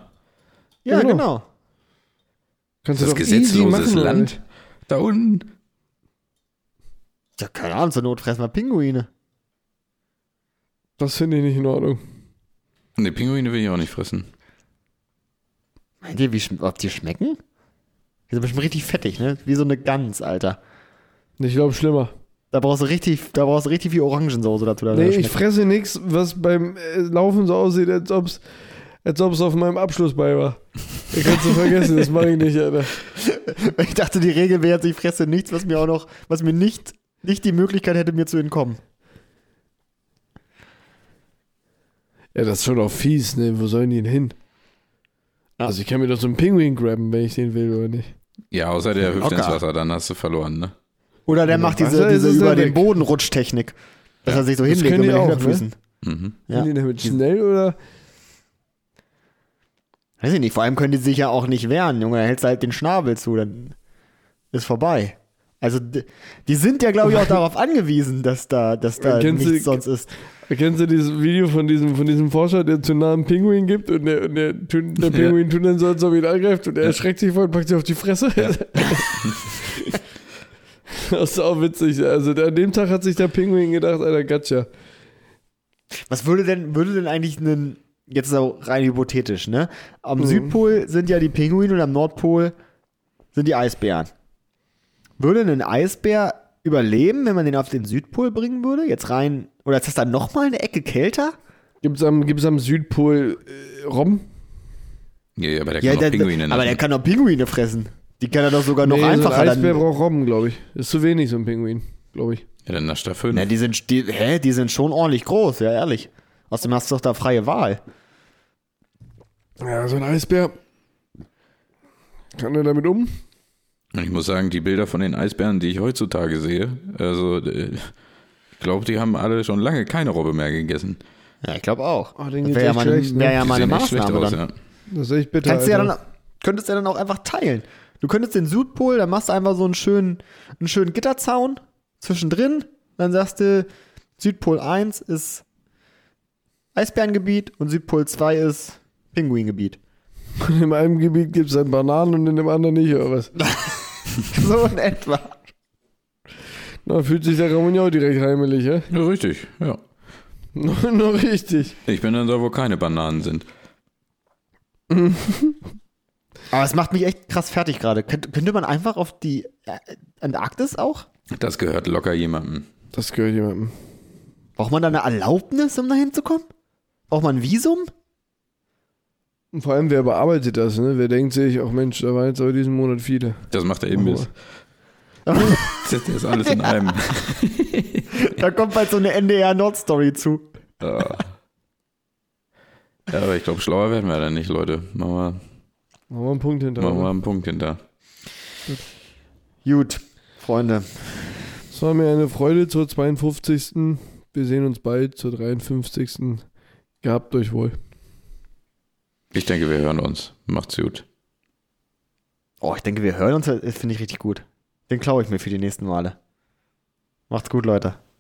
S1: Ja,
S2: genau.
S1: genau.
S2: Kannst du
S3: Das
S2: doch easy
S3: gesetzloses
S2: machen, oder nicht?
S3: Land. Da unten.
S1: Ja, keine Ahnung, zur Not fressen wir Pinguine.
S2: Das finde ich nicht in Ordnung.
S3: Ne, Pinguine will ich auch nicht fressen.
S1: Meint ihr, wie, schm- ob die schmecken? Die sind bestimmt richtig fettig, ne? Wie so eine Gans, Alter.
S2: Ich glaube, schlimmer.
S1: Da brauchst du richtig, da brauchst du richtig viel Orangensoße dazu. damit
S2: Nee,
S1: das
S2: ich
S1: schmeckt.
S2: fresse nichts, was beim äh, Laufen so aussieht, als ob es als ob's auf meinem Abschluss bei war. Da kannst du vergessen, das mache ich nicht, Alter.
S1: ich dachte, die Regel wäre jetzt, ich fresse nichts, was mir auch noch, was mir nicht, nicht die Möglichkeit hätte, mir zu entkommen.
S2: Ja, das ist schon auch fies, ne? Wo sollen die denn hin?
S1: Ja.
S2: Also ich kann mir doch so einen Pinguin grabben, wenn ich den will, oder nicht?
S3: Ja, außer der hüpft
S1: Locker.
S3: ins Wasser, dann hast du verloren, ne?
S1: Oder der
S2: Ja,
S1: macht
S2: Wasser
S1: diese,
S2: ist
S1: diese
S2: es
S1: über
S2: ja
S1: den
S2: weg.
S1: Boden Rutschtechnik, dass er sich so
S2: Das
S1: hinlegt
S2: können
S1: und mit
S2: die
S1: den
S2: auch, ne?
S1: Hinterfüßen.
S3: Mhm.
S1: Ja.
S2: Sind die damit schnell oder?
S1: Weiß ich nicht, vor allem können die sich ja auch nicht wehren, Junge, da hältst du halt den Schnabel zu, dann ist vorbei. Also d- die sind ja, glaube ich, auch darauf angewiesen, dass da, dass da
S2: Kennst du-
S1: nichts sonst ist.
S2: Kennst du dieses Video von diesem, von diesem Forscher, der zu nah einen Pinguin gibt und der, und der, tun- der Pinguin tut dann so, als ob er ihn angreift und er erschreckt sich vor und packt sich auf die Fresse? das ist auch witzig. Also an dem Tag hat sich der Pinguin gedacht, Alter, gotcha.
S1: Was würde denn, würde denn eigentlich ein, jetzt so rein hypothetisch, ne? Am
S2: Mhm.
S1: Südpol sind ja die Pinguine und am Nordpol sind die Eisbären. Würde denn ein Eisbär überleben, wenn man den auf den Südpol bringen würde? Jetzt rein, oder ist das dann nochmal eine Ecke kälter?
S2: Gibt's am, gibt's am Südpol äh, Rom?
S3: Ja, ja, aber der kann auch Pinguine
S1: aber der
S3: naschen.
S1: kann doch Pinguine fressen. Die kann er doch sogar noch
S2: Nee,
S1: einfacher
S2: So ein Eisbär
S1: dann.
S2: braucht Robben, glaube ich. Ist zu wenig, so ein Pinguin, glaube ich.
S3: Ja, dann nascht er fünf.
S1: Ja, die sind, die, hä, die sind schon ordentlich groß, ja, ehrlich. Außerdem hast du doch da freie Wahl.
S2: Ja, so ein Eisbär. Kann er damit um?
S3: Und ich muss sagen, die Bilder von den Eisbären, die ich heutzutage sehe, also äh, ich glaube, die haben alle schon lange keine Robbe mehr gegessen.
S1: Ja, ich glaube auch.
S2: Oh, den geht's
S1: Wäre ja
S2: echt
S1: mal eine
S2: schlecht, ne?
S1: wär ja
S3: Die
S1: mal eine
S3: sehen echt schlecht
S1: Maßnahme
S3: aus,
S1: dann.
S3: ja.
S2: Das ist echt bitter.
S1: Kannst du ja
S2: Alter.
S1: dann, könntest ja dann auch einfach teilen. Du könntest den Südpol, dann machst du einfach so einen schönen, einen schönen Gitterzaun zwischendrin. Dann sagst du, Südpol 1 ist Eisbärengebiet und Südpol 2 ist Pinguingebiet.
S2: In einem Gebiet gibt es dann Bananen und in dem anderen nicht, oder was?
S1: So in etwa.
S2: Na, fühlt sich der Ramon ja auch direkt heimelig, ja?
S3: ja, richtig, ja.
S2: Noch noch richtig.
S3: Ich bin dann da, wo keine Bananen sind.
S1: Aber es macht mich echt krass fertig gerade. Könnt, könnte man einfach auf die äh, Antarktis auch?
S3: Das gehört locker jemandem.
S2: Das gehört jemandem.
S1: Braucht man da eine Erlaubnis, um da hinzukommen? Braucht man ein Visum?
S2: Und vor allem, wer bearbeitet das, ne? Wer denkt sich, ach Mensch, da waren jetzt aber diesen Monat viele.
S3: Das macht der Imbiss. Das ist alles in einem.
S1: Da kommt bald so eine NDR-Nord-Story zu.
S3: Ja, Ja, aber ich glaube, schlauer werden wir dann nicht, Leute. Machen
S2: Machen wir einen Punkt
S3: wir,
S2: hinter.
S3: machen wir einen Punkt hinter.
S1: Gut, Freunde.
S2: Es war mir eine Freude zur 52. Wir sehen uns bald zur 53. Gehabt euch wohl.
S3: Ich denke, wir hören uns. Macht's gut.
S1: Oh, ich denke, wir hören uns. Das finde ich richtig gut. Den klaue ich mir für die nächsten Male. Macht's gut, Leute.